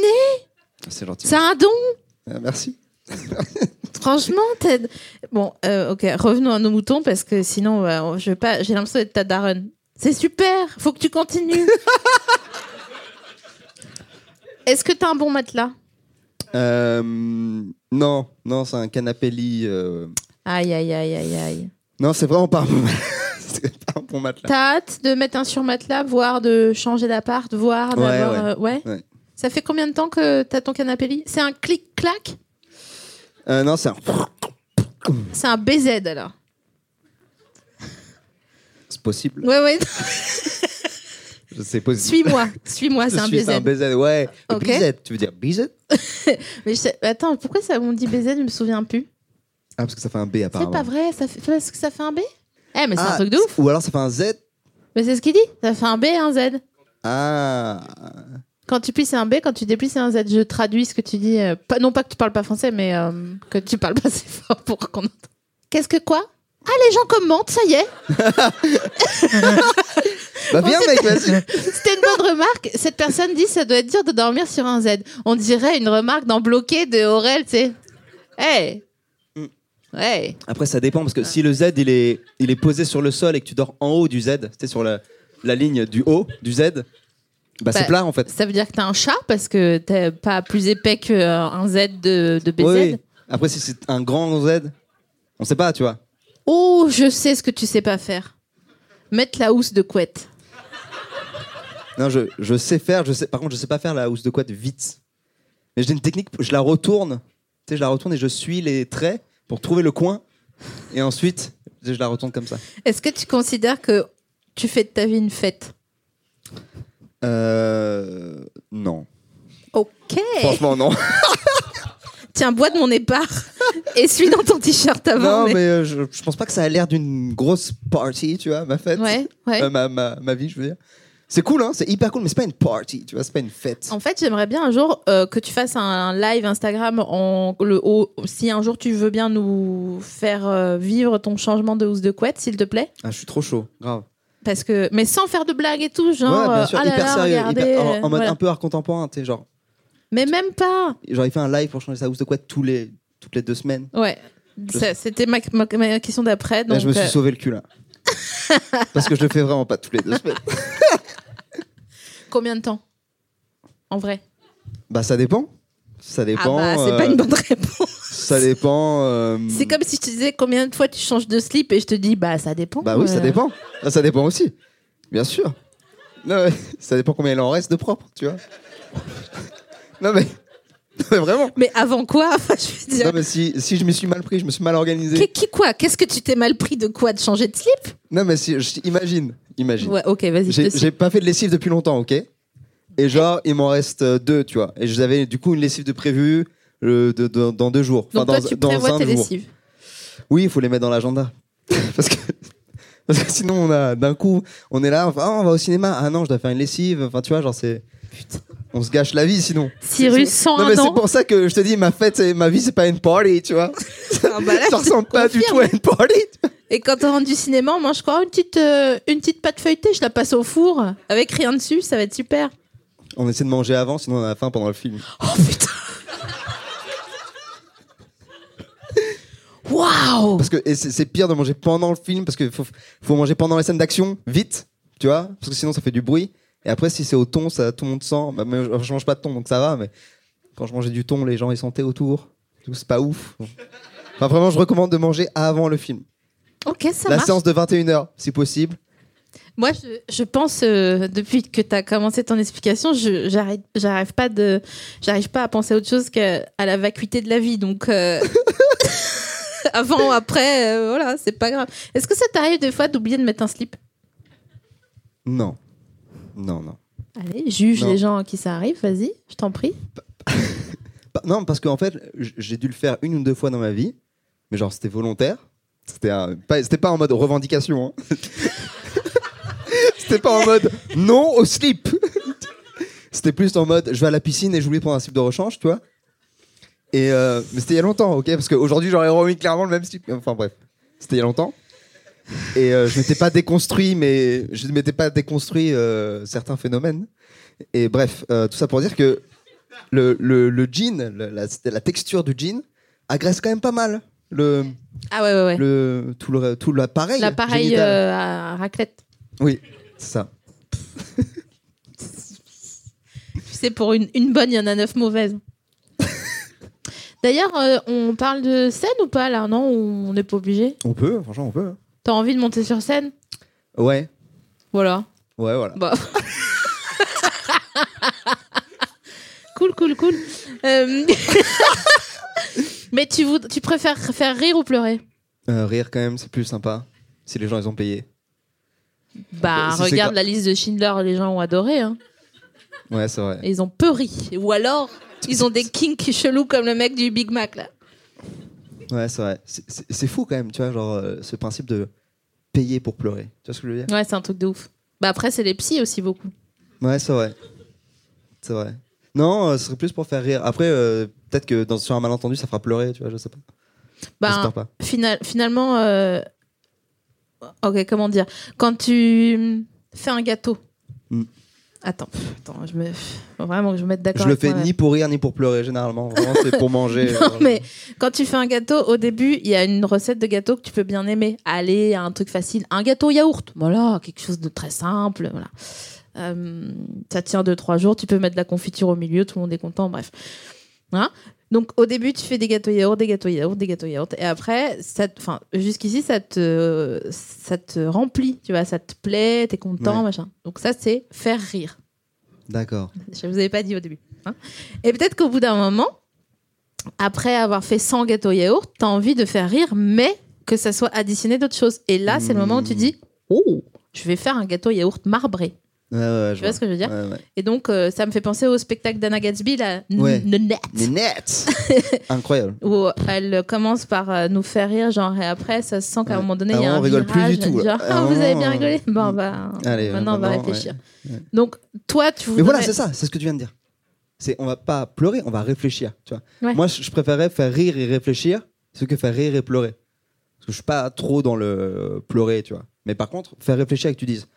S3: Ah, C'est gentil.
S2: c'est un don.
S3: Ah, Merci.
S2: Franchement, t'es- bon, euh, ok, revenons à nos moutons parce que sinon, euh, on- je vais pas. J'ai l'impression d'être ta daronne. C'est super. Faut que tu continues. (laughs) Est-ce que t'as un bon matelas
S3: Euh, non, non, c'est un canapé lit. euh,
S2: Aïe, aïe, aïe, aïe, aïe.
S3: Non, c'est vraiment pas un bon, (laughs) c'est pas un bon matelas.
S2: T'as hâte de mettre un surmatelas, voire de changer d'appart, voire
S3: Ouais,
S2: d'avoir. euh, Ouais,
S3: Ouais.
S2: Ça fait combien de temps que t'as ton canapé lit C'est un clic-clac
S3: Euh, non, c'est un.
S2: C'est un BZ alors
S3: C'est possible.
S2: Ouais, ouais. (laughs)
S3: C'est possible.
S2: Suis-moi, suis-moi, Ah, c'est
S3: Je
S2: un
S3: suis-
S2: BZ.
S3: BZ, ouais. Le
S2: Ok.
S3: BZ, tu veux dire Ah, BZ
S2: Mais je sais- attends, pourquoi ça on dit BZ Je me souviens plus.
S3: Ah, parce que ça fait un B
S2: C'est
S3: apparemment.
S2: pas vrai, ça fait, parce que ça fait un B Eh, mais c'est
S3: Ah,
S2: un truc de ouf
S3: Ou alors ça fait un Z.
S2: Mais c'est ce qu'il dit, ça fait un B et un Z.
S3: Ah.
S2: Quand tu plies, c'est un B, quand tu déplies, c'est un Z. Je traduis ce que tu dis. euh, pas, non pas que tu parles pas français, mais euh, que tu parles pas assez fort pour qu'on entende. Qu'est-ce que quoi Ah, les gens commentent, ça y est
S3: Bah, viens,
S2: sait (laughs)
S3: mec, vas-y.
S2: C'était une bonne remarque. Cette personne dit ça doit être dur de dormir sur un Z. On dirait une remarque dans Bloqué de Aurel, tu sais. Hey Ouais
S3: Après, ça dépend parce que si le Z il est, il est posé sur le sol et que tu dors en haut du Z, tu sais, sur la, la ligne du haut du Z, bah,
S2: Bah,
S3: c'est plat en fait.
S2: Ça veut dire que t'as un chat parce que t'es pas plus épais qu'un Z de, de BZ
S3: Oui, oui. Après, si c'est un grand Z, on sait pas, tu vois.
S2: Oh, je sais ce que tu sais pas faire. Mettre la housse de couette.
S3: Non, je, je sais faire, je sais, par contre, je sais pas faire la housse de couette vite. Mais j'ai une technique, je la retourne, tu sais, je la retourne et je suis les traits pour trouver le coin. Et ensuite, tu sais, je la retourne comme ça.
S2: Est-ce que tu considères que tu fais de ta vie une fête
S3: Euh. Non.
S2: Ok. (laughs)
S3: Franchement, non.
S2: Tiens, bois de mon épargne
S3: (laughs)
S2: et suis dans ton t-shirt avant.
S3: non, mais,
S2: mais-
S3: euh, je, je pense pas que ça a l'air d'une grosse party, tu vois, ma
S2: (laughs)
S3: fête.
S2: Ouais, ouais.
S3: Euh, ma, ma, ma vie, je veux dire. C'est cool, hein, c'est hyper cool, mais c'est pas une party, tu vois, c'est pas une fête.
S2: En fait, j'aimerais bien un jour euh, que tu fasses un, live Instagram en le haut. Si un jour tu veux bien nous faire euh, vivre ton changement de housse de couette, s'il te plaît.
S3: Ah, je suis trop chaud, grave.
S2: Parce que, mais sans faire de blagues et tout, genre.
S3: ouais,
S2: euh,
S3: bien sûr,
S2: ah là
S3: hyper
S2: là,
S3: sérieux,
S2: regardez,
S3: hyper- en, en
S2: euh,
S3: mode
S2: voilà.
S3: un peu art contemporain, tu sais, genre,
S2: Mais même pas.
S3: genre, il fait un live pour changer sa housse de couette tous les, toutes les deux semaines.
S2: Ouais. Ça, C'était ma, ma- ma question d'après.
S3: Là,
S2: donc,
S3: je me suis
S2: euh,
S3: sauvé le cul, là. Parce que je le fais vraiment pas tous les deux semaines.
S2: Combien de temps En vrai
S3: Bah, ça dépend. Ça dépend.
S2: Ah bah, c'est
S3: euh,
S2: pas une bonne réponse.
S3: Ça dépend. euh,
S2: C'est comme si je te disais combien de fois tu changes de slip et je te dis bah ça dépend.
S3: Bah oui,
S2: euh.
S3: ça dépend. Ah, Ça dépend aussi. Bien sûr. Non, mais (laughs) ça dépend combien il en reste de propre, tu vois. (laughs) Non, mais. (laughs) non, mais vraiment.
S2: Mais avant quoi (laughs) Enfin, je veux dire.
S3: Non, mais si, si je me suis mal pris, je me suis mal
S2: Qu'est-
S3: organisé.
S2: Qui quoi Qu'est-ce que tu t'es mal pris de quoi de changer de slip
S3: Non, mais si, je- imagine. Imagine.
S2: Ouais, ok, vas-y. je
S3: J'ai
S2: te suis.
S3: j'ai pas fait de lessive depuis longtemps, ok Et genre, il m'en reste euh, deux, tu vois. Et j'avais du coup une lessive de prévue euh, de- de- dans deux jours.
S2: Donc
S3: Enfin,
S2: toi,
S3: dans,
S2: tu
S3: dans
S2: prévois
S3: un
S2: tes
S3: jour.
S2: lessives.
S3: Oui, il faut les mettre dans l'agenda. (laughs) parce, que, parce que sinon, on a d'un coup, on est là, on, fait, Ah, on va au cinéma. Ah non, je dois faire une lessive. Enfin, tu vois, genre, c'est. On se gâche la vie sinon.
S6: Cyrus,
S3: non,
S6: 101
S3: mais c'est
S6: ans.
S3: pour ça que je te dis, ma fête, et ma vie, c'est pas une party,
S2: (laughs)
S3: tu vois.
S2: Ah bah là, je te
S3: (laughs) ça ressemble pas du tout à une party.
S2: Et quand on rentre du cinéma, on mange quoi Une petite, euh, une petite pâte feuilletée, je la passe au four avec rien dessus, ça va être super.
S3: On essaie de manger avant, sinon on a faim pendant le film.
S2: Oh putain Waouh
S3: Parce que et c'est c'est pire de manger pendant le film, parce qu'il faut, faut manger pendant les scènes d'action, vite, tu vois, parce que sinon ça fait du bruit. Et après, si c'est au thon, ça, tout le monde sent. Bah, moi, je, je mange pas de thon, donc ça va, mais quand je mangeais du thon, les gens ils sentaient autour. Donc, C'est pas ouf. Enfin, vraiment, je recommande de manger avant le film.
S2: Ok, ça
S3: La
S2: marche.
S3: séance de 21h, si possible.
S2: Moi, je, je pense, euh, depuis que tu as commencé ton explication, je- j'arrête- j'arrive pas, de- j'arrive pas à penser à autre chose qu'à à la vacuité de la vie. Donc, euh, (laughs) avant, après, euh, voilà, c'est pas grave. Est-ce que ça t'arrive des fois d'oublier de mettre un slip
S3: Non. Non, non.
S2: Allez, juge
S3: Non.
S2: les gens à qui ça arrive, vas-y, je t'en prie.
S3: Bah, non, parce qu'en fait, j- j'ai dû le faire une ou deux fois dans ma vie, mais genre c'était volontaire. C'était euh, pas, c'était pas en mode revendication. hein. (laughs) c'était pas en mode non au slip. c'était plus en mode je vais à la piscine et je voulais prendre un slip de rechange, tu vois. Et euh, mais c'était il y a longtemps, ok Parce qu'aujourd'hui j'aurais remis clairement le même slip. Enfin bref, c'était il y a longtemps. Et euh, je m'étais pas déconstruit, mais je ne m'étais pas déconstruit euh, certains phénomènes. Et bref, euh, tout ça pour dire que le, le, le jean, le- la, c'était la texture du jean, agresse quand même pas mal le,
S2: Ah ouais, ouais, ouais.
S3: le, tout le- tout l'appareil.
S2: L'appareil
S3: génital.
S2: euh, à raclette.
S3: Oui, c'est ça.
S2: Tu sais, pour une, une bonne, il y en a neuf (laughs) mauvaises. D'ailleurs, euh, on parle de scène ou pas là Non, on n'est pas obligé.
S3: On peut, franchement, on peut. hein.
S2: T'as envie de monter sur scène
S3: Ouais,
S2: Voilà.
S3: ouais, voilà.
S2: Bah. cool, cool, cool. Euh, (laughs) Mais tu, voud- tu préfères faire rire ou pleurer
S3: Euh, rire quand même, c'est plus sympa. Si les gens, ils ont payé.
S2: Bah,
S3: Euh, si c'est
S2: regarde
S3: gra-
S2: la liste de Schindler, les gens ont adoré. Hein.
S3: Ouais, c'est vrai.
S2: Et Ils ont peu ri. Ou alors, ils ont des kinks chelous comme le mec du Big Mac là.
S3: Ouais, c'est vrai. C'est- C'est c'est fou quand même, tu vois, genre euh, ce principe de payer pour pleurer. Tu vois ce que je veux dire
S2: Ouais, c'est un truc de ouf. Bah après, c'est les psys aussi beaucoup.
S3: Ouais, c'est vrai. C'est vrai. Non, euh, ce serait plus pour faire rire. Après, euh, peut-être que dans, sur un malentendu, ça fera pleurer, tu vois, je sais pas.
S2: Bah,
S3: J'espère pas.
S2: final- finalement, euh, ok, comment dire Quand tu fais un gâteau.
S3: Mm.
S2: Attends, pff, attends, je me faut vraiment que je me mette d'accord.
S3: Je le
S2: avec
S3: fais
S2: moi-même.
S3: ni pour rire ni pour pleurer, généralement. Vraiment, c'est
S2: (laughs)
S3: pour manger.
S2: Non, mais quand tu fais un gâteau, au début, il y a une recette de gâteau que tu peux bien aimer. Allez, un truc facile, un gâteau au yaourt. Voilà, quelque chose de très simple. Voilà. Euh, ça tient 2-3 jours, tu peux mettre de la confiture au milieu, tout le monde est content, bref. Hein Donc au début, tu fais des gâteaux yaourt, des gâteaux yaourt, des gâteaux yaourt. Et après, ça te- enfin, jusqu'ici, ça te, ça te remplit, tu vois, ça te plaît, t'es content,
S3: Ouais.
S2: machin. Donc ça, c'est faire rire.
S3: D'accord.
S2: Je vous avais pas dit au début. hein. Et peut-être qu'au bout d'un moment, après avoir fait 100 gâteaux yaourt, tu as envie de faire rire, mais que ça soit additionné d'autres choses. Et là, c'est le moment où tu dis Oh, je vais faire un gâteau yaourt marbré.
S3: Ouais, ouais, ouais,
S2: Tu vois ce que je veux dire
S3: Ouais, ouais.
S2: Et donc, euh, ça me fait penser au spectacle d'Anna Gatsby, la
S3: Ouais.
S2: Net,
S3: Les nets
S2: (laughs)
S3: Incroyable.
S2: où elle commence par euh, nous faire rire, genre, et après, ça se sent qu'à un
S3: Ouais.
S2: moment donné,
S3: Ah,
S2: il y a
S3: on
S2: un
S3: rigole plus
S2: virage,
S3: du tout, là.
S2: genre, (laughs) Ah,
S3: Ah,
S2: vous avez bien
S3: euh,
S2: rigolé Bon, bah,
S3: Allez,
S2: maintenant, on va
S3: maintenant,
S2: réfléchir.
S3: ouais.
S2: Donc, toi, tu
S3: Mais
S2: voudrais...
S3: voilà, c'est ça, c'est ce que tu viens de dire. C'est on va pas pleurer, on va réfléchir, tu vois.
S2: Ouais.
S3: Moi, je je préférais faire rire et réfléchir ce que faire rire et pleurer. Parce que je suis pas trop dans le pleurer, tu vois. Mais par contre, faire réfléchir et que tu dises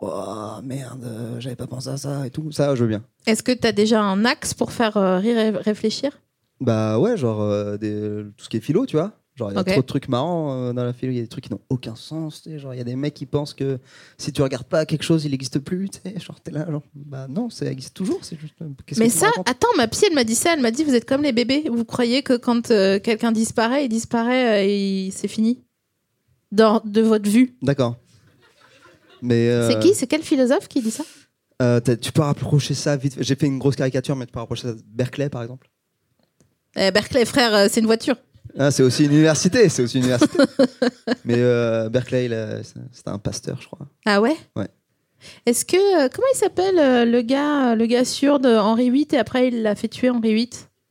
S3: "Oh merde, euh, j'avais pas pensé à ça et tout." Ça, je veux bien.
S2: Est-ce que tu as déjà un axe pour faire euh, rire et réfléchir
S3: Bah ouais, genre euh, des- tout ce qui est philo, tu vois. Genre, il y a
S2: Ok.
S3: trop de trucs marrants euh, dans la philo, il y a des trucs qui n'ont aucun sens. tu sais, Genre, il y a des mecs qui pensent que si tu regardes pas quelque chose, il n'existe plus. tu sais, Genre, t'es là, genre, bah non, ça existe toujours. C'est juste. euh, qu'est-ce
S2: Mais
S3: que tu me
S2: ça,
S3: racontes
S2: attends, ma psy, elle m'a dit ça. Elle m'a dit, vous êtes comme les bébés. Vous croyez que quand euh, quelqu'un disparaît, il disparaît euh, et il- c'est fini Dans- De votre vue.
S3: D'accord. Mais. euh,
S2: C'est qui C'est quel philosophe qui dit ça
S3: euh, t'as- Tu peux rapprocher ça vite. fait. J'ai fait une grosse caricature, mais tu peux rapprocher ça de Berkeley, par exemple.
S2: Eh, Berkeley, frère, euh, c'est une voiture.
S3: Ah, c'est aussi une université, c'est
S2: (laughs)
S3: aussi une université. mais euh, Berkeley, là, c'est c'est un pasteur, je crois.
S2: Ah ouais
S3: Ouais.
S2: Est-ce que euh, comment il s'appelle euh, le gars, le gars sûr de Henri VIII et après il l'a fait tuer Henri VIII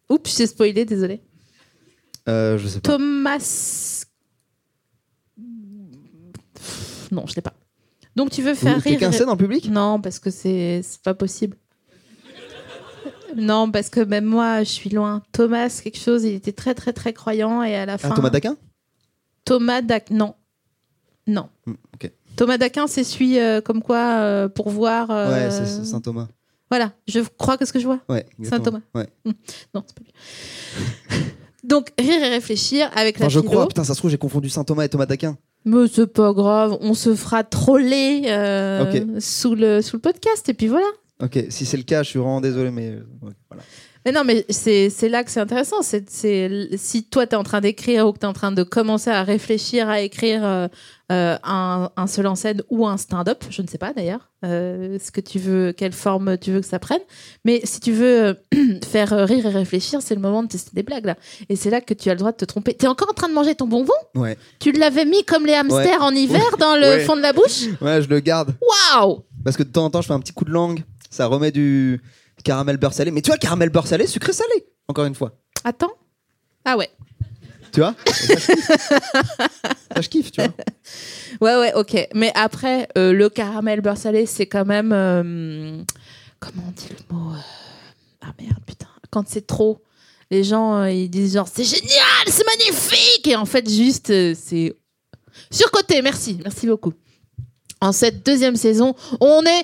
S2: Oups, j'ai spoilé, désolé.
S3: Euh, je sais pas.
S2: Thomas. Pff, Non, je l'ai pas. Donc tu veux faire
S3: Ou- Quelqu'un
S2: rire
S3: sait dans le public
S2: Non, parce que c'est c'est pas possible. Non, parce que même moi, je suis loin. Thomas, quelque chose, il était très très très croyant et à la
S3: Ah,
S2: fin.
S3: Thomas Daquin
S2: Thomas Dac- Non. Non.
S3: Hmm, ok.
S2: Thomas d'Aquin s'essuie euh, comme quoi euh, pour voir. euh,
S3: Ouais, c'est c'est Saint Thomas.
S2: Voilà, je crois que ce que je vois.
S3: Ouais,
S2: Saint
S3: exactement.
S2: Thomas.
S3: Ouais.
S2: Non, c'est pas lui. (laughs) Donc, rire et réfléchir avec
S3: Enfin,
S2: la
S3: je
S2: philo.
S3: crois, putain, ça se trouve, j'ai confondu Saint Thomas et Thomas Daquin.
S2: Mais c'est pas grave, on se fera troller euh, sous, le, sous le podcast et puis voilà.
S3: Ok, si c'est le cas, je suis vraiment désolé, mais. euh, ouais, voilà.
S2: Mais non, mais c'est c'est là que c'est intéressant. C'est c'est l- si toi t'es en train d'écrire ou que t'es en train de commencer à réfléchir à écrire euh, euh, un, un seul en scène ou un stand-up, je ne sais pas d'ailleurs euh, ce que tu veux, quelle forme tu veux que ça prenne. Mais si tu veux euh, (clears throat) faire euh, rire et réfléchir, c'est le moment de tester des blagues là. Et c'est là que tu as le droit de te tromper. T'es encore en train de manger ton bonbon
S3: Ouais.
S2: Tu l'avais mis comme les hamsters en hiver dans le
S3: Ouais.
S2: fond de la bouche
S3: ouais, je le garde.
S2: Waouh
S3: Parce que de temps en temps, je fais un petit coup de langue. Ça remet du caramel beurre salé. Mais tu vois, caramel beurre salé, sucré salé, encore une fois.
S2: Attends. Ah ouais.
S3: Tu vois Et ça, je kiffe. (laughs) Ça, je kiffe, tu vois.
S2: Ouais, ouais, ok. Mais après, euh, le caramel beurre salé, c'est quand même. euh, comment on dit le mot euh, Ah merde, putain. Quand c'est trop, les gens, euh, ils disent genre c'est génial, c'est magnifique Et en fait, juste, euh, c'est. Surcoté, merci, merci beaucoup. En cette deuxième saison, on est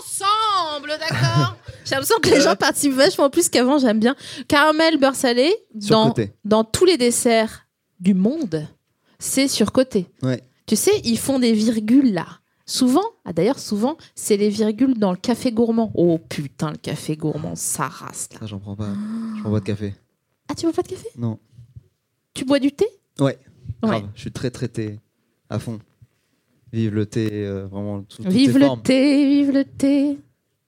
S2: ensemble, d'accord J'ai l'impression que les gens participent vachement plus qu'avant, j'aime bien. Caramel beurre salé, dans,
S3: Surcoté.
S2: dans tous les desserts du monde, c'est surcoté.
S3: Ouais.
S2: Tu sais, ils font des virgules là. Souvent, ah d'ailleurs souvent, c'est les virgules dans le café gourmand. Oh putain, le café gourmand, ça rase là.
S3: Ça, j'en prends pas. Je prends pas de café.
S2: Ah, tu bois pas de café
S3: Non.
S2: Tu bois du thé
S3: Ouais.
S2: Ouais.
S3: Grave. Je suis très, très thé. À fond. Vive le thé, euh, vraiment. Tout, toutes
S2: Vive
S3: les
S2: le
S3: formes. Ah,
S2: thé, vive le thé.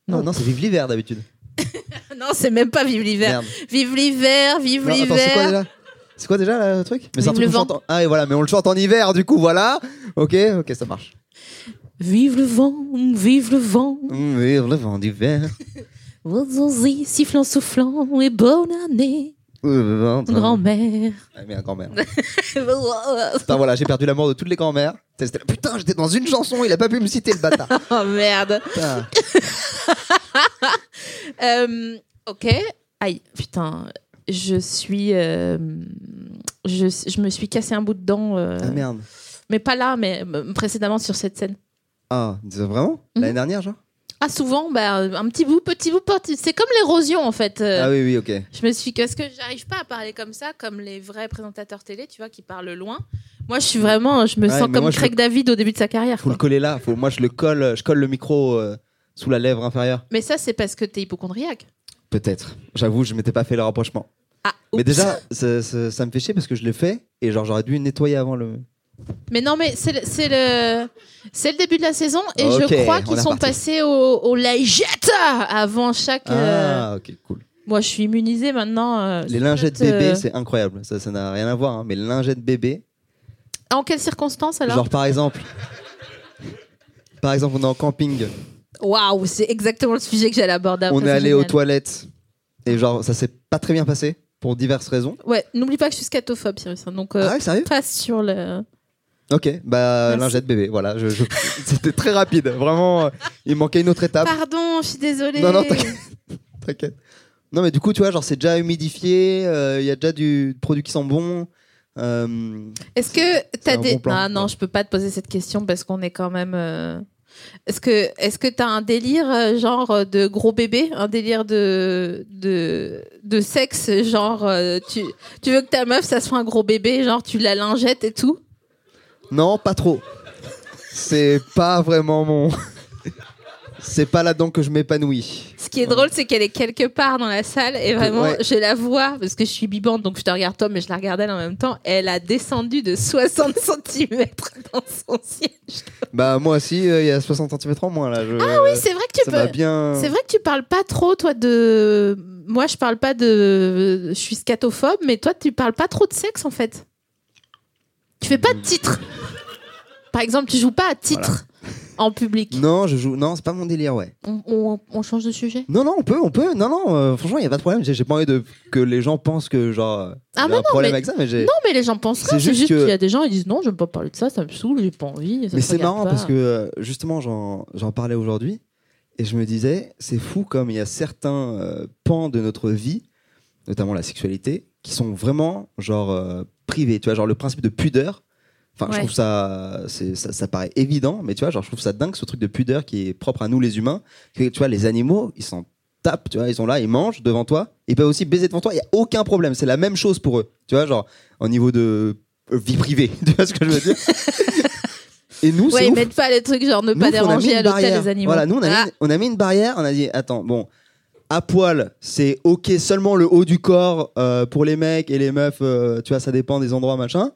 S3: Non, non, c'est vive l'hiver d'habitude.
S2: (laughs) non, c'est même pas vive l'hiver.
S3: Merde.
S2: Vive l'hiver, vive
S3: Non, attends, c'est quoi
S2: l'hiver.
S3: déjà C'est quoi déjà là, le truc Mais c'est un
S2: Vive
S3: truc
S2: le
S3: qu'on
S2: vent.
S3: chante en- Ah, et voilà, mais on le chante en hiver, du coup, voilà. Ok, ok, ça marche.
S2: Vive le vent, vive le vent.
S3: Mmh, vive le vent d'hiver.
S2: Vas-y, sifflant, soufflant, et bonne année,
S3: Euh, vent-
S2: grand-mère. (laughs)
S3: Ah, merde, grand-mère. Putain, voilà, j'ai perdu l'amour de toutes les grand-mères. C'était- Putain, j'étais dans une chanson, il a pas pu me citer le
S2: (laughs)
S3: bâtard.
S2: oh merde.
S3: Putain.
S2: Euh, ok. Aïe, putain. Je suis. euh, je, je me suis cassé un bout de dent. euh,
S3: Ah merde.
S2: mais pas là, mais euh, précédemment sur cette scène.
S3: Ah, c'est vraiment
S2: Mhm.
S3: L'année dernière, genre
S2: Ah, souvent, bah, un petit bout, petit bout, petit. C'est comme l'érosion, en fait. euh.
S3: Ah oui, oui, ok.
S2: Je me suis. Parce que j'arrive pas à parler comme ça, comme les vrais présentateurs télé, tu vois, qui parlent loin. Moi, je suis vraiment. Je me
S3: Ouais,
S2: sens
S3: mais
S2: comme
S3: moi, je
S2: Craig
S3: me-
S2: David au début de sa carrière.
S3: Faut le
S2: quoi.
S3: coller là. Faut... Moi, je le colle, je colle le micro euh, sous la lèvre inférieure.
S2: Mais ça, c'est parce que t'es hypochondriaque.
S3: Peut-être. J'avoue, je m'étais pas fait le rapprochement.
S2: Ah,
S3: Mais
S2: oups.
S3: déjà, ça, ça- ça me fait chier parce que je l'ai fait et genre j'aurais dû nettoyer avant le.
S2: Mais non, mais c'est le, c'est le, c'est le début de la saison et
S3: Ok,
S2: je crois
S3: on
S2: qu'ils
S3: est
S2: sont
S3: reparti.
S2: passés au, au Lajette avant chaque. euh,
S3: Ah, ok, cool.
S2: Moi, je suis immunisée maintenant. euh,
S3: Les lingettes
S2: peut-être, euh,
S3: bébés, c'est incroyable. Ça, ça n'a rien à voir, hein, mais les lingettes bébés.
S2: En quelles circonstances alors
S3: Genre
S2: (laughs)
S3: par exemple. Par exemple, on est en camping,
S2: Waouh, c'est exactement le sujet que j'allais aborder. après,
S3: on est
S2: c'est
S3: allé
S2: génial.
S3: aux toilettes et genre ça s'est pas très bien passé pour diverses raisons.
S2: Ouais, n'oublie pas que je suis scatophobe, Cyrus. hein, donc, euh,
S3: Ah ouais, sérieux
S2: passe sur le.
S3: Ok, bah
S2: Merci.
S3: lingette bébé, voilà. je- (laughs) je- C'était très rapide, vraiment. euh, Il manquait une autre étape.
S2: Pardon, je suis désolée.
S3: Non, non, t'inquiète. (laughs) T'inquiète. Non, mais du coup, tu vois, genre, c'est déjà humidifié, euh, il y a déjà du produit qui sent bon. euh,
S2: Est-ce que t'as
S3: un
S2: des.
S3: bon plan.
S2: ah non, je peux pas te poser cette question parce qu'on est quand même. euh, Est-ce que est-ce que t'as un délire euh, genre euh, de gros bébé, un délire de de, de sexe genre euh, tu tu veux que ta meuf ça soit un gros bébé genre tu la lingettes et tout
S3: Non, pas trop. C'est pas vraiment mon. C'est pas là-dedans que je m'épanouis.
S2: Ce qui est drôle c'est qu'elle est quelque part dans la salle et vraiment
S3: Ouais.
S2: je la vois parce que je suis bibante donc je te regarde toi mais je la regarde elle en même temps elle a descendu de 60 cm dans son siège.
S3: Bah, moi aussi, euh, il y a 60 cm en moins là. Ah oui,
S2: C'est vrai que tu
S3: Ça
S2: peux
S3: m'a bien.
S2: C'est vrai que tu parles pas trop, toi, de. Moi, je parle pas de. Je suis scatophobe, mais toi, tu parles pas trop de sexe, en fait.
S3: Hmm.
S2: Tu fais pas de titre. Par exemple, tu joues pas à titre. en public.
S3: Non, je joue. Non, c'est pas mon délire, ouais.
S2: On, on- on change de sujet
S3: Non, non, on peut, on peut. Non, non, euh, franchement, il n'y a pas de problème. J'ai j'ai pas envie de... que les gens pensent que, genre, euh,
S2: Ah,
S3: il y
S2: mais
S3: a un
S2: non,
S3: problème
S2: mais-
S3: avec ça, mais j'ai.
S2: Non, mais les gens pensent
S3: C'est
S2: ça. C'est
S3: juste
S2: juste
S3: que-
S2: qu'il y a des gens ils disent non, je veux pas parler de ça, ça me saoule, j'ai pas envie. ça
S3: Mais
S2: me
S3: c'est
S2: regarde
S3: marrant
S2: pas.
S3: parce que euh, justement, j'en j'en parlais aujourd'hui et je me disais, c'est fou comme il y a certains euh, pans de notre vie, notamment la sexualité, qui sont vraiment genre euh, privés. Tu vois, genre le principe de pudeur. Enfin, je
S2: Ouais.
S3: trouve ça, c'est- ça, ça paraît évident, mais tu vois, genre, je trouve ça dingue ce truc de pudeur qui est propre à nous les humains. Que, tu vois, les animaux, ils s'en tapent, tu vois, ils sont là, ils mangent devant toi, ils peuvent aussi baiser devant toi, il n'y a aucun problème, c'est la même chose pour eux, tu vois, genre, au niveau de euh, vie privée, (laughs) tu vois ce que je
S2: (laughs)
S3: veux dire Et nous,
S2: Ouais,
S3: c'est
S2: ils
S3: ouf.
S2: mettent pas les trucs genre ne
S3: Nous,
S2: pas
S3: on a mis
S2: déranger
S3: une
S2: à l'hôtel
S3: barrière.
S2: des animaux.
S3: Voilà, nous, on a,
S2: Ah,
S3: mis, on a mis une barrière, on a dit, attends, bon, à poil, c'est ok seulement le haut du corps euh, pour les mecs et les meufs, euh, tu vois, ça dépend des endroits, machin.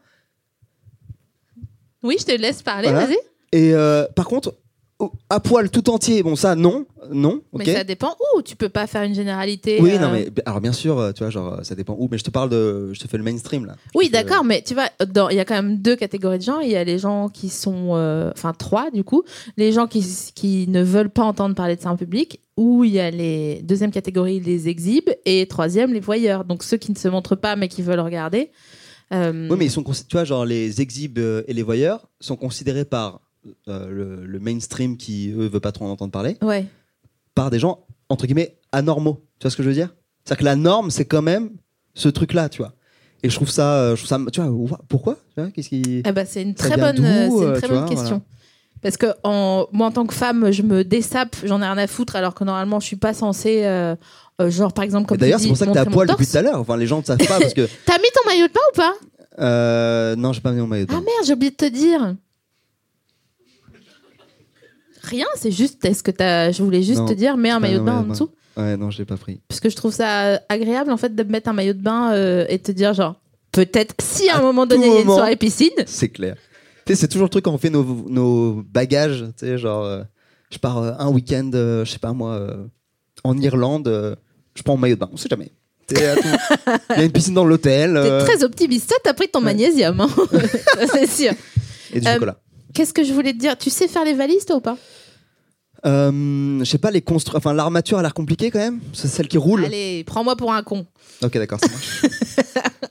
S2: Oui, je te laisse parler,
S3: Voilà.
S2: vas-y.
S3: Et euh, par contre, au- à poil tout entier, bon, ça, non, non, ok.
S2: Mais ça dépend où. Tu peux pas faire une généralité.
S3: Oui,
S2: euh,
S3: non, mais alors bien sûr, euh, tu vois, genre, euh, ça dépend où, mais je te parle de. Je te fais le mainstream, là.
S2: Oui,
S3: Je te fais-
S2: d'accord, mais tu vois, dans- il y a quand même deux catégories de gens. Il y a les gens qui sont, euh, enfin trois du coup, les gens qui, qui ne veulent pas entendre parler de ça en public, ou il y a les deuxième catégorie les exhibent et troisième les voyeurs. Donc ceux qui ne se montrent pas mais qui veulent regarder. Euh,
S3: Oui, mais ils sont. consi- Tu vois, genre, les exhibes euh, et les voyeurs sont considérés par euh, le, le mainstream qui, eux, veut pas trop en entendre parler,
S2: ouais.
S3: par des gens, entre guillemets, anormaux. Tu vois ce que je veux dire C'est-à-dire que la norme, c'est quand même ce truc-là, tu vois. Et je trouve ça. euh, je trouve ça tu vois, ouah, pourquoi Tu vois, Qu'est-ce qui.
S2: Eh ben, c'est une
S3: Ça
S2: très
S3: vient
S2: bonne, euh,
S3: d'où,
S2: c'est une
S3: euh,
S2: très
S3: tu
S2: bonne
S3: vois,
S2: question. Parce que en, moi, en tant que femme, je me dessape, j'en ai rien à foutre, alors que normalement, je suis pas censée, euh, euh, genre par exemple,
S3: Et
S2: comme tu
S3: D'ailleurs,
S2: dis,
S3: c'est pour ça que t'es à
S2: montrer mon
S3: poil depuis
S2: torse.
S3: tout à l'heure. Enfin, les gens ne savent pas parce que.
S2: T'as mis ton maillot de bain ou pas
S3: euh, non, j'ai pas mis mon maillot de
S2: Ah
S3: bain.
S2: merde, j'ai oublié de te dire. Rien, c'est juste, est-ce que t'as. Je voulais juste
S3: Non,
S2: te dire, mets un
S3: pas
S2: maillot de
S3: un
S2: bain en
S3: maillot de bain.
S2: dessous.
S3: Ouais, non, je l'ai pas pris.
S2: Parce que je trouve ça euh, agréable, en fait, de mettre un maillot de bain euh, et de te dire, genre, peut-être si à un moment donné, il y a une
S3: moment.
S2: soirée piscine.
S3: C'est clair. Tu sais, c'est toujours le truc quand on fait nos, nos bagages, tu sais, genre, euh, je pars euh, un week-end, euh, je sais pas moi, euh, en Irlande, euh, je prends mon maillot de bain, on sait jamais. Tu sais, à tout- Il y a une piscine dans l'hôtel
S2: T'es
S3: euh,
S2: très optimiste. Ça, t'as pris ton magnésium, hein. (laughs) Ça, c'est sûr.
S3: et du
S2: Euh,
S3: chocolat.
S2: Qu'est-ce que je voulais te dire Tu sais faire les valises, toi, ou pas
S3: Euh, je sais pas, les constru... enfin, l'armature a l'air compliquée quand même C'est celle qui roule
S2: Allez, prends-moi pour un con.
S3: Ok, d'accord, ça
S2: (laughs)
S3: marche.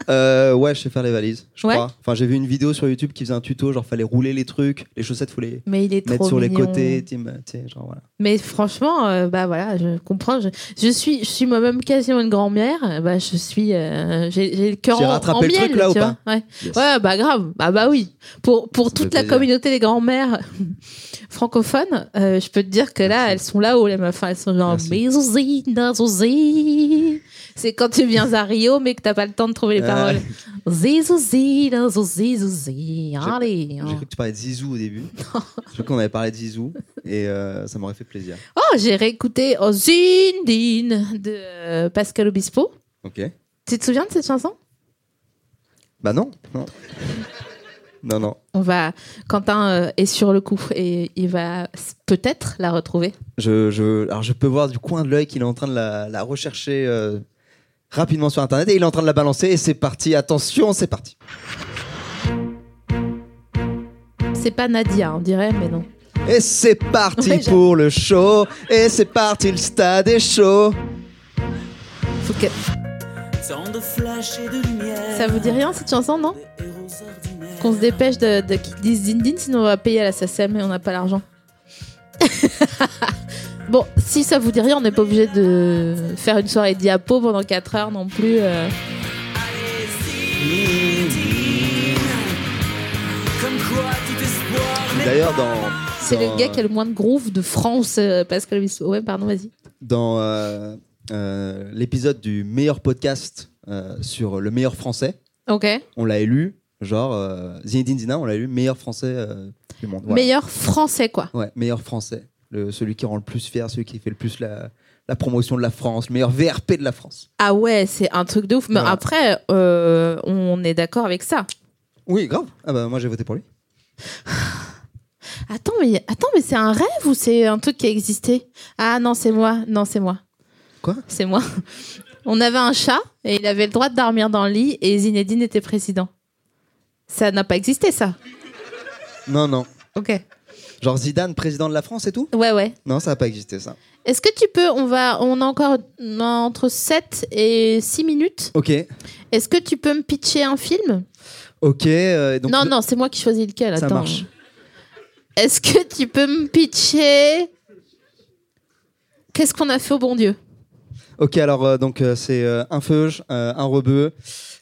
S3: Euh, ouais, je sais faire les valises, je
S2: Ouais.
S3: crois. Enfin, j'ai vu une vidéo sur YouTube qui faisait un tuto, genre, fallait rouler les trucs, les chaussettes, faut les
S2: Mais il est
S3: mettre
S2: trop
S3: sur les
S2: mignon.
S3: côtés, tu sais, genre, voilà.
S2: Mais franchement, euh, bah voilà, je comprends. Je, je suis, je suis moi-même quasiment une grand-mère. euh, Bah je suis, euh, j'ai j'ai le cœur
S3: J'ai
S2: en,
S3: rattrapé
S2: en
S3: le
S2: miel,
S3: truc, là,
S2: tu
S3: ou
S2: vois. ouais.
S3: Yes.
S2: Ouais, bah grave. Bah bah oui. Pour pour
S3: Ça me fait
S2: toute la
S3: plaisir.
S2: communauté des grand-mères francophones, euh, je peux te dire que là,
S3: Merci.
S2: elles sont là-haut les meufs. Enfin, elles sont genre
S3: Merci.
S2: mais Zouzine, non, Zouzine. C'est quand tu viens à Rio mais que t'as pas le temps de trouver les
S3: Ah.
S2: paroles.
S3: (laughs)
S2: Zizouzine, Zouzine, Zouzine.
S3: J'ai-
S2: Allez. hein.
S3: J'ai cru que tu parlais de Zizou
S2: (laughs)
S3: au début. Je crois qu'on avait parlé de Zizou et euh, ça m'aurait fait plaisir.
S2: Oh, j'ai réécouté Oh Zindine de euh, Pascal Obispo.
S3: Ok.
S2: Tu te souviens de cette chanson
S3: Bah non, non. Non, non.
S2: On va Quentin euh, est sur le coup et il va s- peut-être la retrouver.
S3: Je, je- alors je peux voir du coin de l'œil qu'il est en train de la, la rechercher euh, rapidement sur Internet et il est en train de la balancer et c'est parti. Attention, c'est parti.
S2: C'est pas Nadia, on dirait, mais non.
S3: Et c'est parti
S2: Ouais, j'aime.
S3: pour le show. Et c'est parti, le stade est chaud.
S2: Faut que... Ça vous dit rien cette chanson, non Qu'on se dépêche de, de qu'ils disent Zindine, sinon on va payer à la SACEM et on n'a pas l'argent. (laughs) bon, si ça vous dit rien, on n'est pas obligé de faire une soirée diapo pendant 4 heures non plus. euh.
S3: D'ailleurs, dans.
S2: C'est
S3: dans,
S2: le gars qui a le moins de groove de France, euh, Pascal Obispo. Ouais, pardon, vas-y.
S3: dans euh, euh, l'épisode du meilleur podcast euh, sur le meilleur français.
S2: Ok.
S3: on l'a élu, genre euh, Zinedine Zidane, on l'a élu meilleur français euh, du monde. Voilà.
S2: Meilleur français, quoi.
S3: Ouais, meilleur français. Le, celui qui rend le plus fier, celui qui fait le plus la, la promotion de la France, le meilleur VRP de la France.
S2: Ah ouais, c'est un truc de ouf. Mais
S3: Voilà.
S2: après, euh, on est d'accord avec ça.
S3: Oui, grave. Ah bah moi j'ai voté pour lui.
S2: Attends, mais, attends, mais c'est un rêve ou c'est un truc qui a existé Ah non, c'est moi. Non, c'est moi.
S3: Quoi
S2: C'est moi. On avait un chat et il avait le droit de dormir dans le lit et Zinedine était président. Ça n'a pas existé, ça.
S3: Non, non.
S2: Ok.
S3: Genre Zidane, président de la France et tout
S2: Ouais, ouais.
S3: Non, ça n'a pas existé ça.
S2: Est-ce que tu peux, on va, on a encore on a entre 7 et 6 minutes.
S3: Ok,
S2: Est-ce que tu peux me pitcher un film
S3: ok. euh, donc
S2: Non, non, c'est moi qui choisis lequel.
S3: Ça
S2: attends.
S3: marche.
S2: Est-ce que tu peux me pitcher Qu'est-ce qu'on a fait au bon Dieu
S3: Ok, alors euh, donc euh, c'est euh, un feuge, euh, un rebeu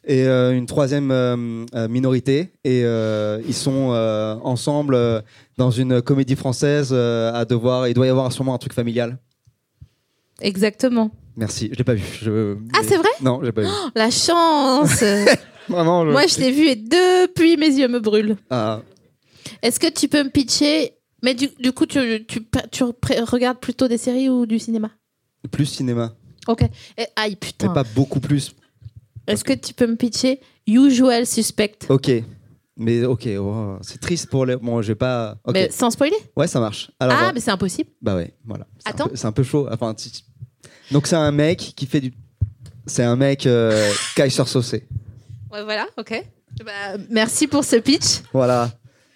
S3: et euh, une troisième euh, euh, minorité et euh, ils sont euh, ensemble euh, dans une comédie française euh, à devoir. Il doit y avoir sûrement un truc familial.
S2: Exactement.
S3: Merci, je l'ai pas vu. je-
S2: Ah, c'est vrai
S3: Non,
S2: (gasps)
S3: j'ai pas vu.
S2: La
S3: (laughs)
S2: chance
S3: Vraiment.
S2: Moi, je l'ai vu et depuis mes yeux me brûlent.
S3: Ah,
S2: Est-ce que tu peux me pitcher Mais du, du coup, tu, tu, tu repré- regardes plutôt des séries ou du cinéma
S3: plus cinéma,
S2: Ok. Eh, aïe,
S3: mais
S2: putain.
S3: pas beaucoup plus.
S2: Est-ce que tu peux me pitcher Usual Suspect
S3: Ok, mais ok, oh, c'est triste pour les. Bon, j'ai pas. Ok,
S2: Mais sans spoiler
S3: ouais, ça marche. Alors,
S2: Ah,
S3: euh,
S2: mais c'est impossible.
S3: Bah ouais, voilà. C'est un
S2: Attends.
S3: peu- C'est un peu chaud. Enfin, tu- tu- Donc c'est un mec qui fait du. C'est un mec euh, Kaiser saucé.
S2: Ouais, voilà, ok. Bah, merci pour ce pitch.
S3: Voilà.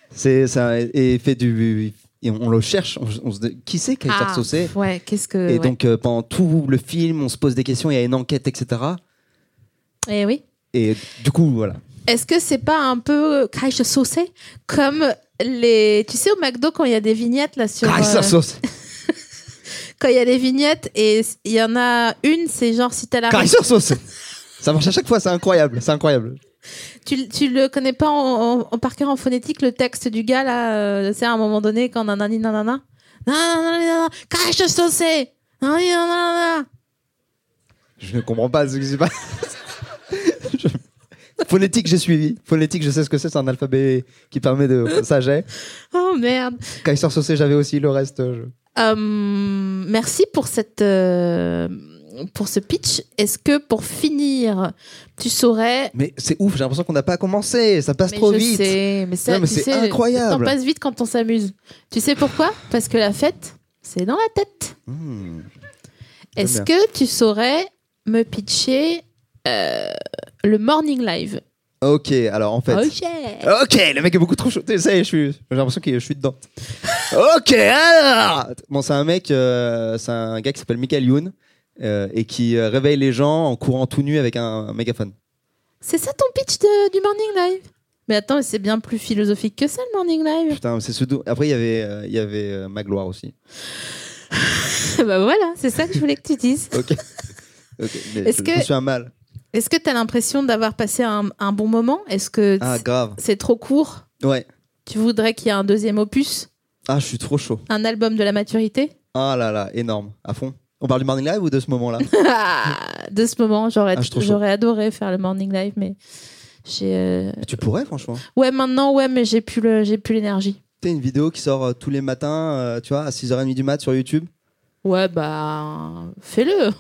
S3: C'est ça et il fait du. et on le cherche. On, on se... dit, Qui c'est Kaiser saucé
S2: Ah. ouais, qu'est-ce que.
S3: Et
S2: ouais.
S3: donc euh, pendant tout le film, on se pose des questions. Il y a une enquête, etc.
S2: Eh oui.
S3: Et du coup, voilà.
S2: Est-ce que c'est pas un peu Kaiser saucé comme les. Tu sais, au McDo, quand il y a des vignettes là sur.
S3: Kaiser
S2: euh,
S3: saucé.
S2: quand il y a des vignettes et s- il y en a une, c'est genre si t'as la.
S3: Kaiser saucé. Ça marche à chaque fois. C'est incroyable. C'est incroyable.
S2: Tu, tu le connais pas en, en- en- par cœur en phonétique, le texte du gars là, euh, c'est à un moment donné quand nanani nanana. Nanana, nanana, Kaiser saucé Nanani, nanana.
S3: Je ne comprends pas ce qui se passe. (laughs) Je- Phonétique, j'ai suivi. Phonétique, je sais ce que c'est. C'est un alphabet qui permet de. Ça, j'ai.
S2: Oh merde
S3: Kaiser Saucé, j'avais aussi le reste. je-
S2: Euh, merci pour cette euh, pour ce pitch. Est-ce que pour finir, tu saurais
S3: Mais c'est ouf, j'ai l'impression qu'on n'a pas commencé. Ça passe
S2: Mais
S3: trop
S2: je
S3: vite.
S2: sais, mais ça,
S3: Non, mais
S2: tu
S3: c'est
S2: sais,
S3: incroyable.
S2: Le temps passe vite quand on s'amuse. Tu sais pourquoi Parce que la fête, c'est dans la tête.
S3: Hmm.
S2: Est-ce
S3: bien.
S2: que tu saurais me pitcher euh, le morning live Oh,
S3: Ok, alors en fait.
S2: Ah, Ok.
S3: Ok, le mec est beaucoup trop chaud. Ça y est, je suis- j'ai l'impression que je suis dedans. ok, alors Bon, c'est un mec, euh, c'est un gars qui s'appelle Michael Youn euh, et qui euh, réveille les gens en courant tout nu avec un, un mégaphone.
S2: C'est ça ton pitch de- du morning live Mais attends, c'est bien plus philosophique que ça le morning live. (laughs)
S3: Putain, c'est ce dou- Après, il y avait, euh, il y avait euh, Magloire aussi.
S2: bah voilà, c'est ça que je voulais que tu dises. (laughs)
S3: Ok. Ok, mais
S2: Est-ce
S3: je,
S2: que-
S3: je suis un mal.
S2: Est-ce que tu as l'impression d'avoir passé un, un bon moment Est-ce que
S3: Ah,
S2: c'est-
S3: grave.
S2: c'est trop court
S3: Ouais.
S2: Tu voudrais qu'il y ait un deuxième opus
S3: Ah, je suis trop chaud.
S2: Un album de la
S3: (laughs)
S2: maturité
S3: Ah là là, énorme. À fond. On parle du morning live ou de
S2: (laughs)
S3: ce moment-là
S2: Ah, De ce moment, j'aurais
S3: Ah, je suis trop chaud.
S2: j'aurais adoré faire le morning live, mais j'ai. euh,
S3: Tu pourrais, franchement.
S2: Ouais, maintenant, ouais, mais j'ai plus le- j'ai plus l'énergie.
S3: T'as une vidéo qui sort euh, tous les matins, euh, tu vois, à 6h30 du mat sur YouTube.
S2: Ouais, bah.
S3: (laughs)
S2: Fais-le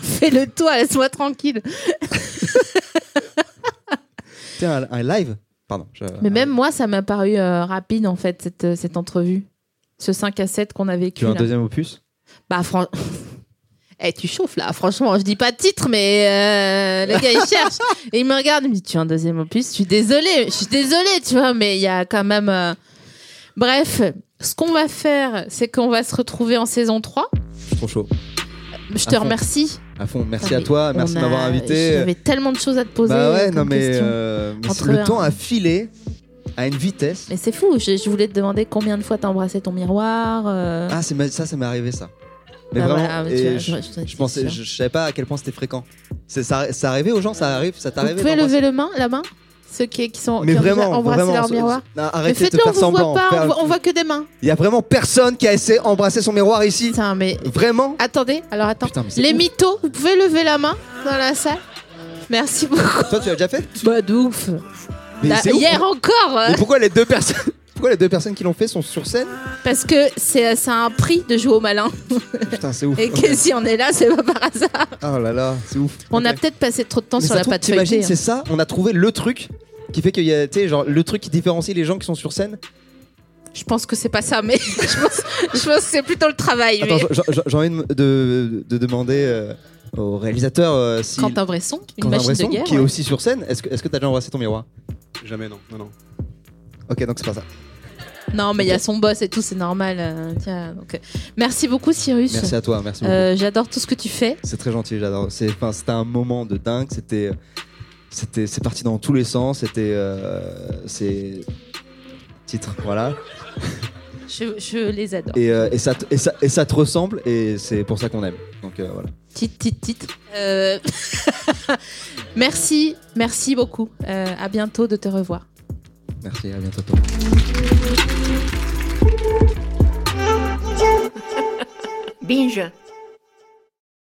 S2: Fais-le toi, laisse-moi tranquille.
S3: Tiens, un, un live Pardon. je-
S2: Mais même moi, ça m'a paru euh, rapide, en fait, cette, euh, cette entrevue. Ce 5 à 7 qu'on a vécu.
S3: Tu veux un
S2: là.
S3: deuxième opus
S2: Bah, (laughs) franchement. tu chauffes là, franchement, je dis pas de titre, mais euh, le gars il cherche et il me regarde, il me dit Tu as un deuxième opus Je suis désolée, je suis désolée, tu vois, mais il y a quand même. euh, Bref, ce qu'on va faire, c'est qu'on va se retrouver en saison 3.
S3: Trop chaud.
S2: Je
S3: À
S2: te
S3: fond.
S2: remercie.
S3: À fond. Merci
S2: Attends,
S3: à
S2: mais
S3: toi, merci de
S2: on
S3: m'avoir
S2: a-
S3: invité.
S2: J'avais tellement de choses à te poser.
S3: Bah ouais, non
S2: comme
S3: mais,
S2: questions.
S3: euh, mais
S2: Entre
S3: le
S2: un-
S3: temps a filé à une vitesse.
S2: Mais c'est fou, je, je voulais te demander combien de fois t'as embrassé ton miroir. euh,
S3: Ah, c'est ma- ça, ça m'est arrivé ça. Mais
S2: bah
S3: vraiment,
S2: voilà, mais tu
S3: et
S2: vois,
S3: je,
S2: je- je-
S3: je pensais,
S2: c'est
S3: je, je savais pas à quel point c'était fréquent. C'est ça, ça arrivait aux gens, ça arrive, ça
S2: Vous
S3: t'arrive.
S2: pouvez
S3: d'embrasser-
S2: lever le main, la main Ceux qui, qui sont
S3: Mais
S2: qui ont déjà
S3: vraiment,
S2: embrassé
S3: vraiment,
S2: leur
S3: ce-
S2: miroir
S3: ce- non,
S2: Mais
S3: arrêtez de
S2: faites-le, on
S3: faire
S2: vous voit
S3: semblant.
S2: pas,
S3: faire-
S2: on voit, on voit que des mains.
S3: Il y a vraiment personne qui a essayé d'embrasser son miroir ici.
S2: Putain, mais
S3: Vraiment
S2: attendez, alors attends.
S3: Putain, mais c'est
S2: Les
S3: ouf.
S2: mythos, vous pouvez lever la main dans la salle Merci beaucoup.
S3: Toi, tu l'as déjà fait
S2: (laughs) Bah, de ouf.
S3: Mais
S2: Ah. Bah,
S3: c'est ouf.
S2: hier encore euh,
S3: Mais pourquoi les deux personnes (laughs) Pourquoi les deux personnes qui l'ont fait sont sur scène
S2: Parce que c'est euh, c'est un prix de jouer au
S3: (laughs)
S2: malin.
S3: Putain, c'est ouf.
S2: Et que si on est là, c'est pas par hasard.
S3: Oh là là, c'est ouf.
S2: On a
S3: Ok.
S2: peut-être passé trop de temps
S3: Mais
S2: sur
S3: ça
S2: la
S3: trouve-
S2: pâte
S3: T'imagines,
S2: feuilletée.
S3: c'est ça On a trouvé le truc qui fait qu'il y a, tu sais, genre le truc qui différencie les gens qui sont sur scène.
S2: Je pense que c'est pas ça, mais (laughs) je pense, je pense que c'est plutôt le travail.
S3: Attends,
S2: mais-
S3: j'en- j'en- j'ai envie de, de- de demander euh, au réalisateur euh, si
S2: Quentin Bresson, une
S3: Quentin
S2: machine
S3: Bresson,
S2: de guerre.
S3: qui est
S2: ouais.
S3: aussi sur scène, est-ce que est-ce que t'as déjà embrassé ton miroir
S6: Jamais, non. non, non.
S3: Ok, donc c'est pas ça.
S2: Non, mais il y a son boss et tout, c'est normal. euh, tiens, donc, euh, merci beaucoup, Cyrus.
S3: Merci à toi, merci beaucoup.
S2: Euh, J'adore tout ce que tu fais.
S3: C'est très gentil, j'adore. C'est- enfin, C'était un moment de dingue. C'était, c'était, c'est parti dans tous les sens. C'était, euh, c'est titre, voilà.
S2: Je, je les adore.
S3: Et, euh, et ça, te- et ça, et ça te ressemble. Et c'est pour ça qu'on aime. Donc euh, voilà.
S2: Titre, titre, titre. Euh, (laughs) merci, merci beaucoup. Euh, à bientôt de te revoir.
S3: Merci. À bientôt.
S6: Binge